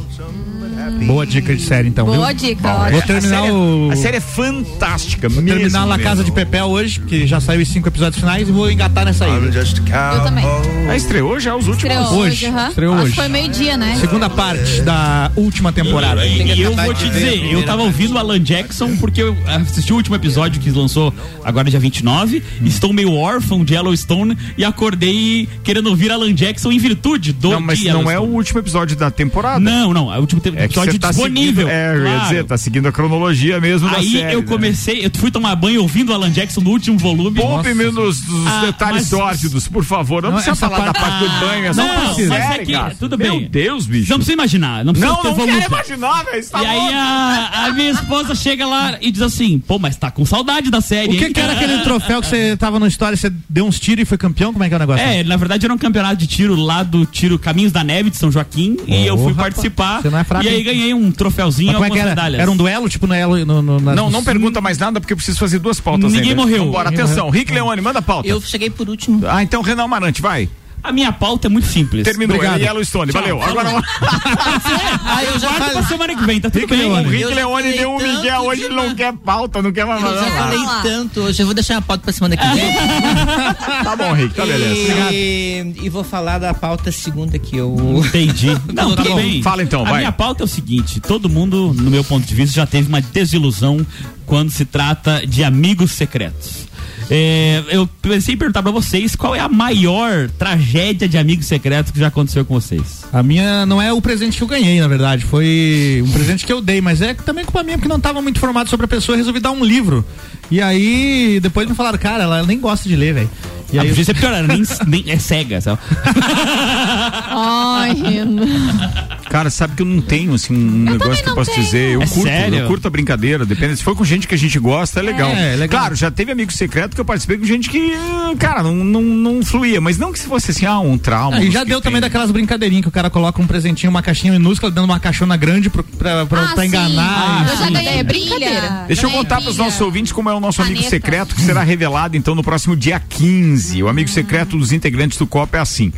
Boa dica de série, então. Boa viu? dica, Bom, ótimo. Vou terminar É, a série, o. A série é fantástica, Vou mesmo, terminar La mesmo. Casa de Pepel hoje, que já saiu os cinco episódios finais, e vou engatar nessa aí. Eu também. Ah, estreou já os últimos. Estreou hoje, hoje. aham. Estreou Acho hoje. que foi meio-dia, né? Segunda parte da última temporada. E eu vou te dizer, eu tava ouvindo o Alan Jackson porque eu assisti o último episódio que lançou agora dia 29, estou meio órfão de Yellowstone e acordei querendo ouvir Alan Jackson em virtude do Não, mas de não é o Yellowstone. último episódio da temporada. Não, não, é o último É que episódio você tá disponível. Seguindo, é, eu ia claro. dizer, tá seguindo a cronologia mesmo da Aí série. eu né? comecei, eu fui tomar banho ouvindo o Alan Jackson no último volume. Poupe-me nos, nos Ah, detalhes mas- tórdidos, por favor. Não, Não, precisa essa falar da parte- parte do banho, essa Não, parte mas séria, é que- cara. tudo Meu bem. Deus, bicho. Não precisa imaginar. Não, precisa Não, ter não quero volume. imaginar, velho. você tá E aí louco. a, a minha esposa chega lá e diz assim, pô, mas tá com saudade da O série. que, hein?" que era aquele troféu que você tava no história, você deu uns tiros e foi campeão? Como é que é o negócio? É, na verdade era um campeonato de tiro lá do tiro Caminhos da Neve de São Joaquim e Ô, eu fui rapaz, participar você não é fraco, e aí hein? ganhei um troféuzinho e Mas como é algumas que era? medalhas. Era um duelo, tipo, no, no, no, na- Não, não no- pergunta mais nada, porque eu preciso fazer duas pautas Ninguém ainda. morreu. Bora, Ninguém atenção. morreu. Rick Leone, manda a pauta. Eu cheguei por último. Ah, então Renan Marante, vai. A minha pauta é muito simples. Terminou. Obrigado. Ele é Yellowstone, Tchau. valeu. Agora Ah, eu já Guarda falei. pra semana que vem, tá tudo Rick bem. Leone. O Eu Rick já Leone falei deu um tanto Miguel de hoje, ele uma- não quer pauta, não quer mais Eu já nada. falei lá. tanto hoje. Eu vou deixar a pauta pra semana que vem. Tá bom, Rick, tá beleza. E, e vou falar da pauta segunda que eu. Entendi. Não, Tá tudo bom. bem. Fala então, a vai. minha pauta é o seguinte: todo mundo, no meu ponto de vista, já teve uma desilusão quando se trata de amigos secretos. É, eu pensei em perguntar pra vocês qual é a maior tragédia de amigos secretos que já aconteceu com vocês. A minha não é o presente que eu ganhei, na verdade. Foi um presente que eu dei, mas é também culpa minha, porque não tava muito informado sobre a pessoa e resolvi dar um livro. E aí, depois me falaram, cara, ela nem gosta de ler, velho. E Ah, aí, podia ser pior, era nem, nem- é cega, sabe? Ai, Renan. Cara, sabe que eu não tenho assim um negócio que eu posso dizer. Eu É curto, sério? eu curto a brincadeira, depende. Se for com gente que a gente gosta, é legal. é legal. Claro, já teve amigo secreto que eu participei com gente que, eh, cara, não, não, não fluía, mas não que se fosse assim, ah, um trauma. Ah, e uns já que deu tem. também daquelas brincadeirinhas que o cara coloca um presentinho, uma caixinha minúscula, dando uma caixona grande pro, pra, pra, pra Ah, sim. enganar. assim. eu já enfim. ganhei É brincadeira. brincadeira. Deixa eu contar para os nossos ouvintes como é o nosso amigo Caneta. secreto, que será revelado então no próximo dia 15. O amigo secreto dos integrantes do COP é assim.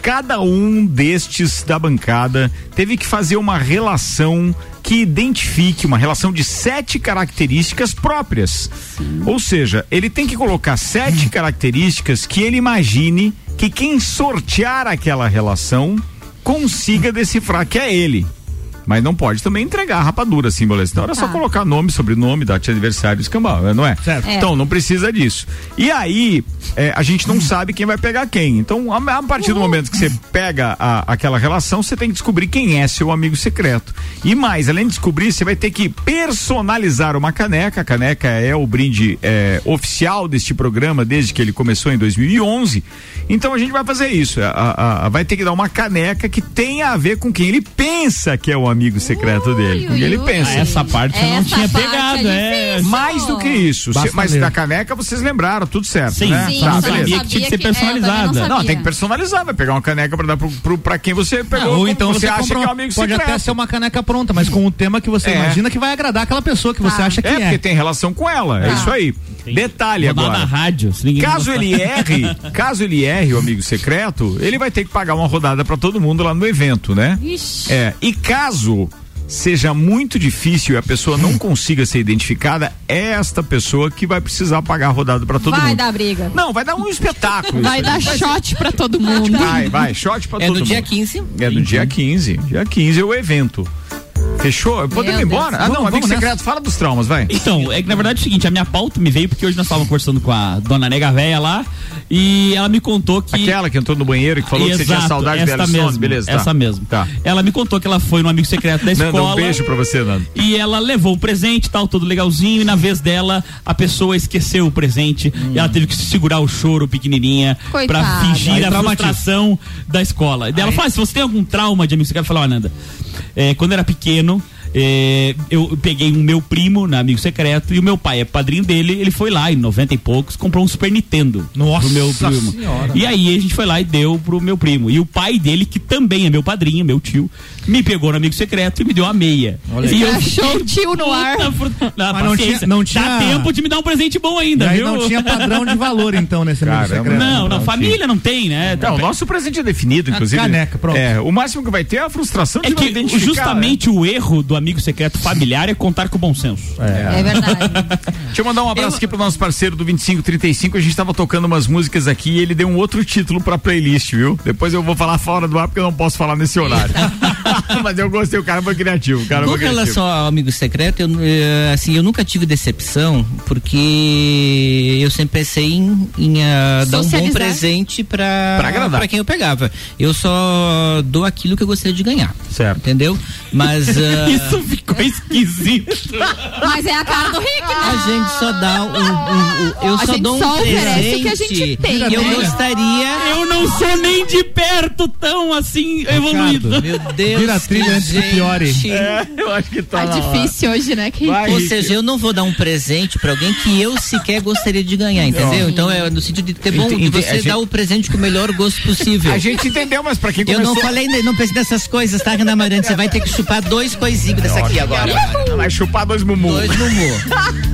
Cada um destes da bancada teve que fazer uma relação que identifique uma relação de sete características próprias. Ou seja, ele tem que colocar sete características que ele imagine que quem sortear aquela relação consiga decifrar que é ele. Mas não pode também entregar a rapadura, assim, beleza? Então era só Tá. colocar nome, sobrenome, data de aniversário, escambau, né, não é? Certo. É. Então não precisa disso. E aí, é, a gente não sabe quem vai pegar quem. Então, a, a partir Uh! do momento que você pega a- aquela relação, você tem que descobrir quem é seu amigo secreto. E mais, além de descobrir, você vai ter que personalizar uma caneca. A caneca é o brinde é, oficial deste programa desde que ele começou em 2011. Então a gente vai fazer isso. A- a- a- vai ter que dar uma caneca que tenha a ver com quem ele pensa que é o amigo secreto dele. Com quem ele ui. pensa. Ah, essa parte eu não Essa tinha parte é pegado, é. difícil. Mais do que isso. Basta Cê- mas ler. da caneca vocês lembraram, tudo certo. Sim, né? sim, Tá, eu só não beleza. sabia que tinha que ser que- é, eu também não personalizada. sabia. Não, tem que personalizar, vai pegar uma caneca pra dar pro, pro, pra quem você pegou. Ah, ou como então você, acha compra que é um uma, amigo pode secreto. até ser uma caneca pronta, mas com o tema que você É. imagina que vai agradar aquela pessoa que Ah. você acha que É, é. porque tem relação com ela. É Tá. isso aí. Detalhe Vou dar na agora. rádio. se ninguém Caso gostar. ele erre, caso ele erre o amigo secreto, ele vai ter que pagar uma rodada pra todo mundo lá no evento, né? Ixi. É, e caso seja muito difícil e a pessoa não consiga ser identificada, é esta pessoa que vai precisar pagar a rodada para todo Vai mundo. dar briga. Não, vai dar um espetáculo. Vai dar shot pra todo mundo. Vai, vai, shot pra É Tá todo no mundo. dia 15? É no dia 15. Dia 15 é o evento. Fechou? Podemos ir Deus. embora? Ah, Vamos- não, amigo vamos nessa. secreto, fala dos traumas, vai. Então, é que na verdade é o seguinte, a minha pauta me veio porque hoje nós estávamos conversando com a dona Nega Véia lá e ela me contou que. Aquela que entrou no banheiro e que falou que você tinha saudade essa dela e sono, mesmo, beleza, tá. Essa mesmo. Ela me contou que ela foi no amigo secreto da escola. Nando, um beijo pra você, Nando. E ela levou um presente e tal, todo legalzinho. E na vez dela, a pessoa esqueceu o presente. Hum. E ela teve que segurar o choro pequenininha Coitada. pra fingir Aí a traumatiza. frustração da escola. E daí ela fala: "Ah, se você tem algum trauma de amigo secreto, eu falo, ó, Nanda, é, quando eu era pequeno. é, eu peguei um meu primo na amigo secreto e o meu pai é padrinho dele. Ele foi lá em 90 e poucos, comprou um Super Nintendo Nossa pro meu primo. Senhora. E aí a gente foi lá e deu pro meu primo. E o pai dele, que também é meu padrinho, meu tio, me pegou no amigo secreto e me deu a meia. Olha aí. e Achou fiquei o tio no puta ar. fru- Na Mas não paciência. tinha- não tinha- Dá tempo de me dar um presente bom ainda, E aí viu? não tinha padrão de valor, então, nesse amigo Caramba. secreto. Não, não, família não tem, né? Não, o nosso presente é definido, A inclusive. caneca, pronto. É, o máximo que vai ter é a frustração de É não que identificar. né? justamente o erro do amigo secreto familiar é contar com bom senso. É. verdade. Deixa eu mandar um abraço aqui pro nosso parceiro do 2535. A gente tava tocando umas músicas aqui e ele deu um outro título pra playlist, viu? Depois eu vou falar fora do ar porque eu não posso falar nesse horário. Mas eu gostei, o cara foi criativo. O cara Com foi criativo. relação ao amigo secreto, eu, eh, assim, eu nunca tive decepção, porque eu sempre pensei em, em, ah, dar um bom Socializar. presente Pra para agradar. para quem eu pegava. Eu só dou aquilo que eu gostaria de ganhar. Certo. Entendeu? Mas É. ah, Isso ficou esquisito. Mas é a cara do Rick, A né? gente só dá um, um- um- eu A só gente dou um só oferece o presente. que a gente tem. né? Eu Vira, gostaria Eu não sou nem de perto tão assim evoluído. Meu Deus. Vira a trilha que antes que piore. gente. Eu acho que tá. Tá difícil hoje, né? Que Ou seja, eu não vou dar um presente pra alguém que eu sequer gostaria de ganhar, entendeu? Então é no sentido de ter bom, Ente- ente- você a gente- dar o presente com o melhor gosto possível. A gente entendeu, mas pra quem Eu começou... não falei, ne- não pensei nessas coisas, tá, Renan Marante? Você vai ter que chupar dois coisinhos dessa aqui agora. Vai chupar dois mumu. Dois Mumu.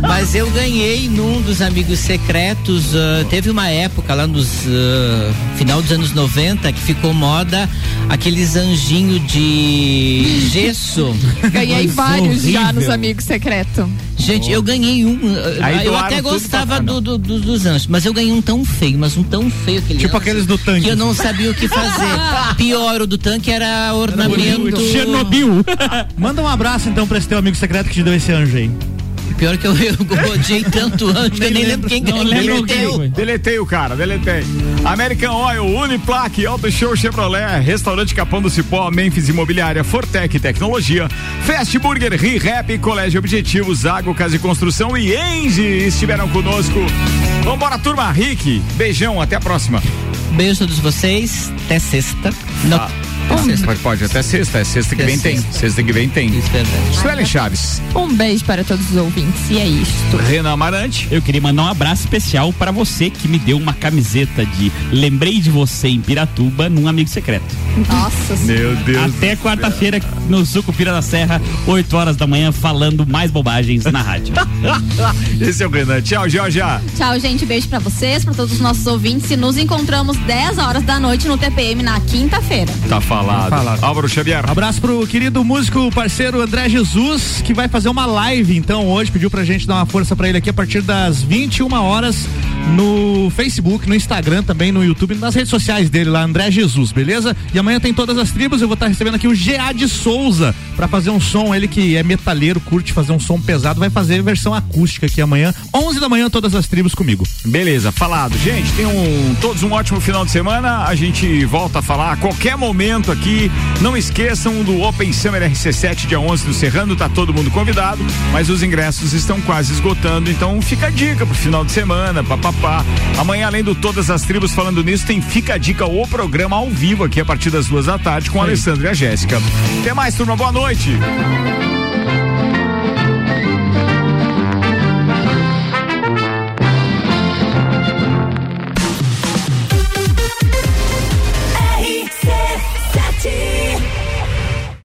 Mas eu ganhei num dos amigos secretos. ah, teve uma época lá nos ah, final dos anos 90 que ficou moda aqueles anjinhos de gesso. Ganhei Coisa vários já nos horrível. amigos secreto. Gente, eu ganhei um. ah, Aí eu doaram até tudo pra gostava cá, não. do, do- do- dos anjos, mas eu ganhei um tão feio, mas um tão feio aquele. Tipo anjo, aqueles do tanque. Que eu não sabia o que fazer. Pior, o do tanque era ornamento. Chernobyl. Manda um abraço, então, pra esse teu amigo secreto que te deu esse anjo aí. Pior que eu, eu odiei tanto anjo que eu nem lembro quem Não ganhou. lembro Meu Deus. Foi. Deletei o cara, deletei. American Oil, Uniplaque, Auto Show Chevrolet, Restaurante Capão do Cipó, Memphis Imobiliária, Fortec Tecnologia, Fast Burger, Re-Rap, Colégio Objetivo, Zago Casa de Construção e Engie estiveram conosco. Vambora, turma, Rick, beijão, até a próxima. Beijo a todos vocês. Até sexta. Não. até sexta. Mas pode, até sexta, é sexta que Até vem tem, sexta. sexta que vem tem. Isso é verdade. Suelen Chaves, Um beijo para todos os ouvintes e é isto. Renan Amarante, Eu queria mandar um abraço especial para você que me deu uma camiseta de Lembrei de você em Piratuba num amigo secreto. Nossa Senhora. meu Deus. Até quarta-feira no Sucupira da Serra, 8 horas da manhã, falando mais bobagens na rádio. Esse é o Renan, tchau, tchau, tchau. Tchau, gente. Beijo pra vocês, pra todos os nossos ouvintes. E nos encontramos 10 horas da noite no TPM na quinta-feira. Tá falado. Tá falado. Álvaro Xavier. Abraço pro querido músico parceiro André Jesus, que vai fazer uma live então hoje, pediu pra gente dar uma força pra ele aqui a partir das 21 horas no Facebook, no Instagram também, no YouTube, nas redes sociais dele lá, André Jesus, beleza? E amanhã tem todas as tribos, eu vou estar recebendo aqui o GA de Souza pra fazer um som, ele que é metaleiro, curte fazer um som pesado, vai fazer versão acústica aqui amanhã, 11 da manhã todas as tribos comigo. Beleza, falado. Gente, tenham todos um ótimo final de semana. A gente volta a falar a qualquer momento aqui. Não esqueçam do Open Summer RC7, dia 11 do Serrano. Tá todo mundo convidado, mas os ingressos estão quase esgotando. Então fica a dica pro final de semana, papapá. Amanhã, além do Todas as Tribos falando nisso, tem Fica a Dica, o programa ao vivo aqui a partir das duas da tarde com o Alessandro e a Jéssica. Até mais, turma. Boa noite.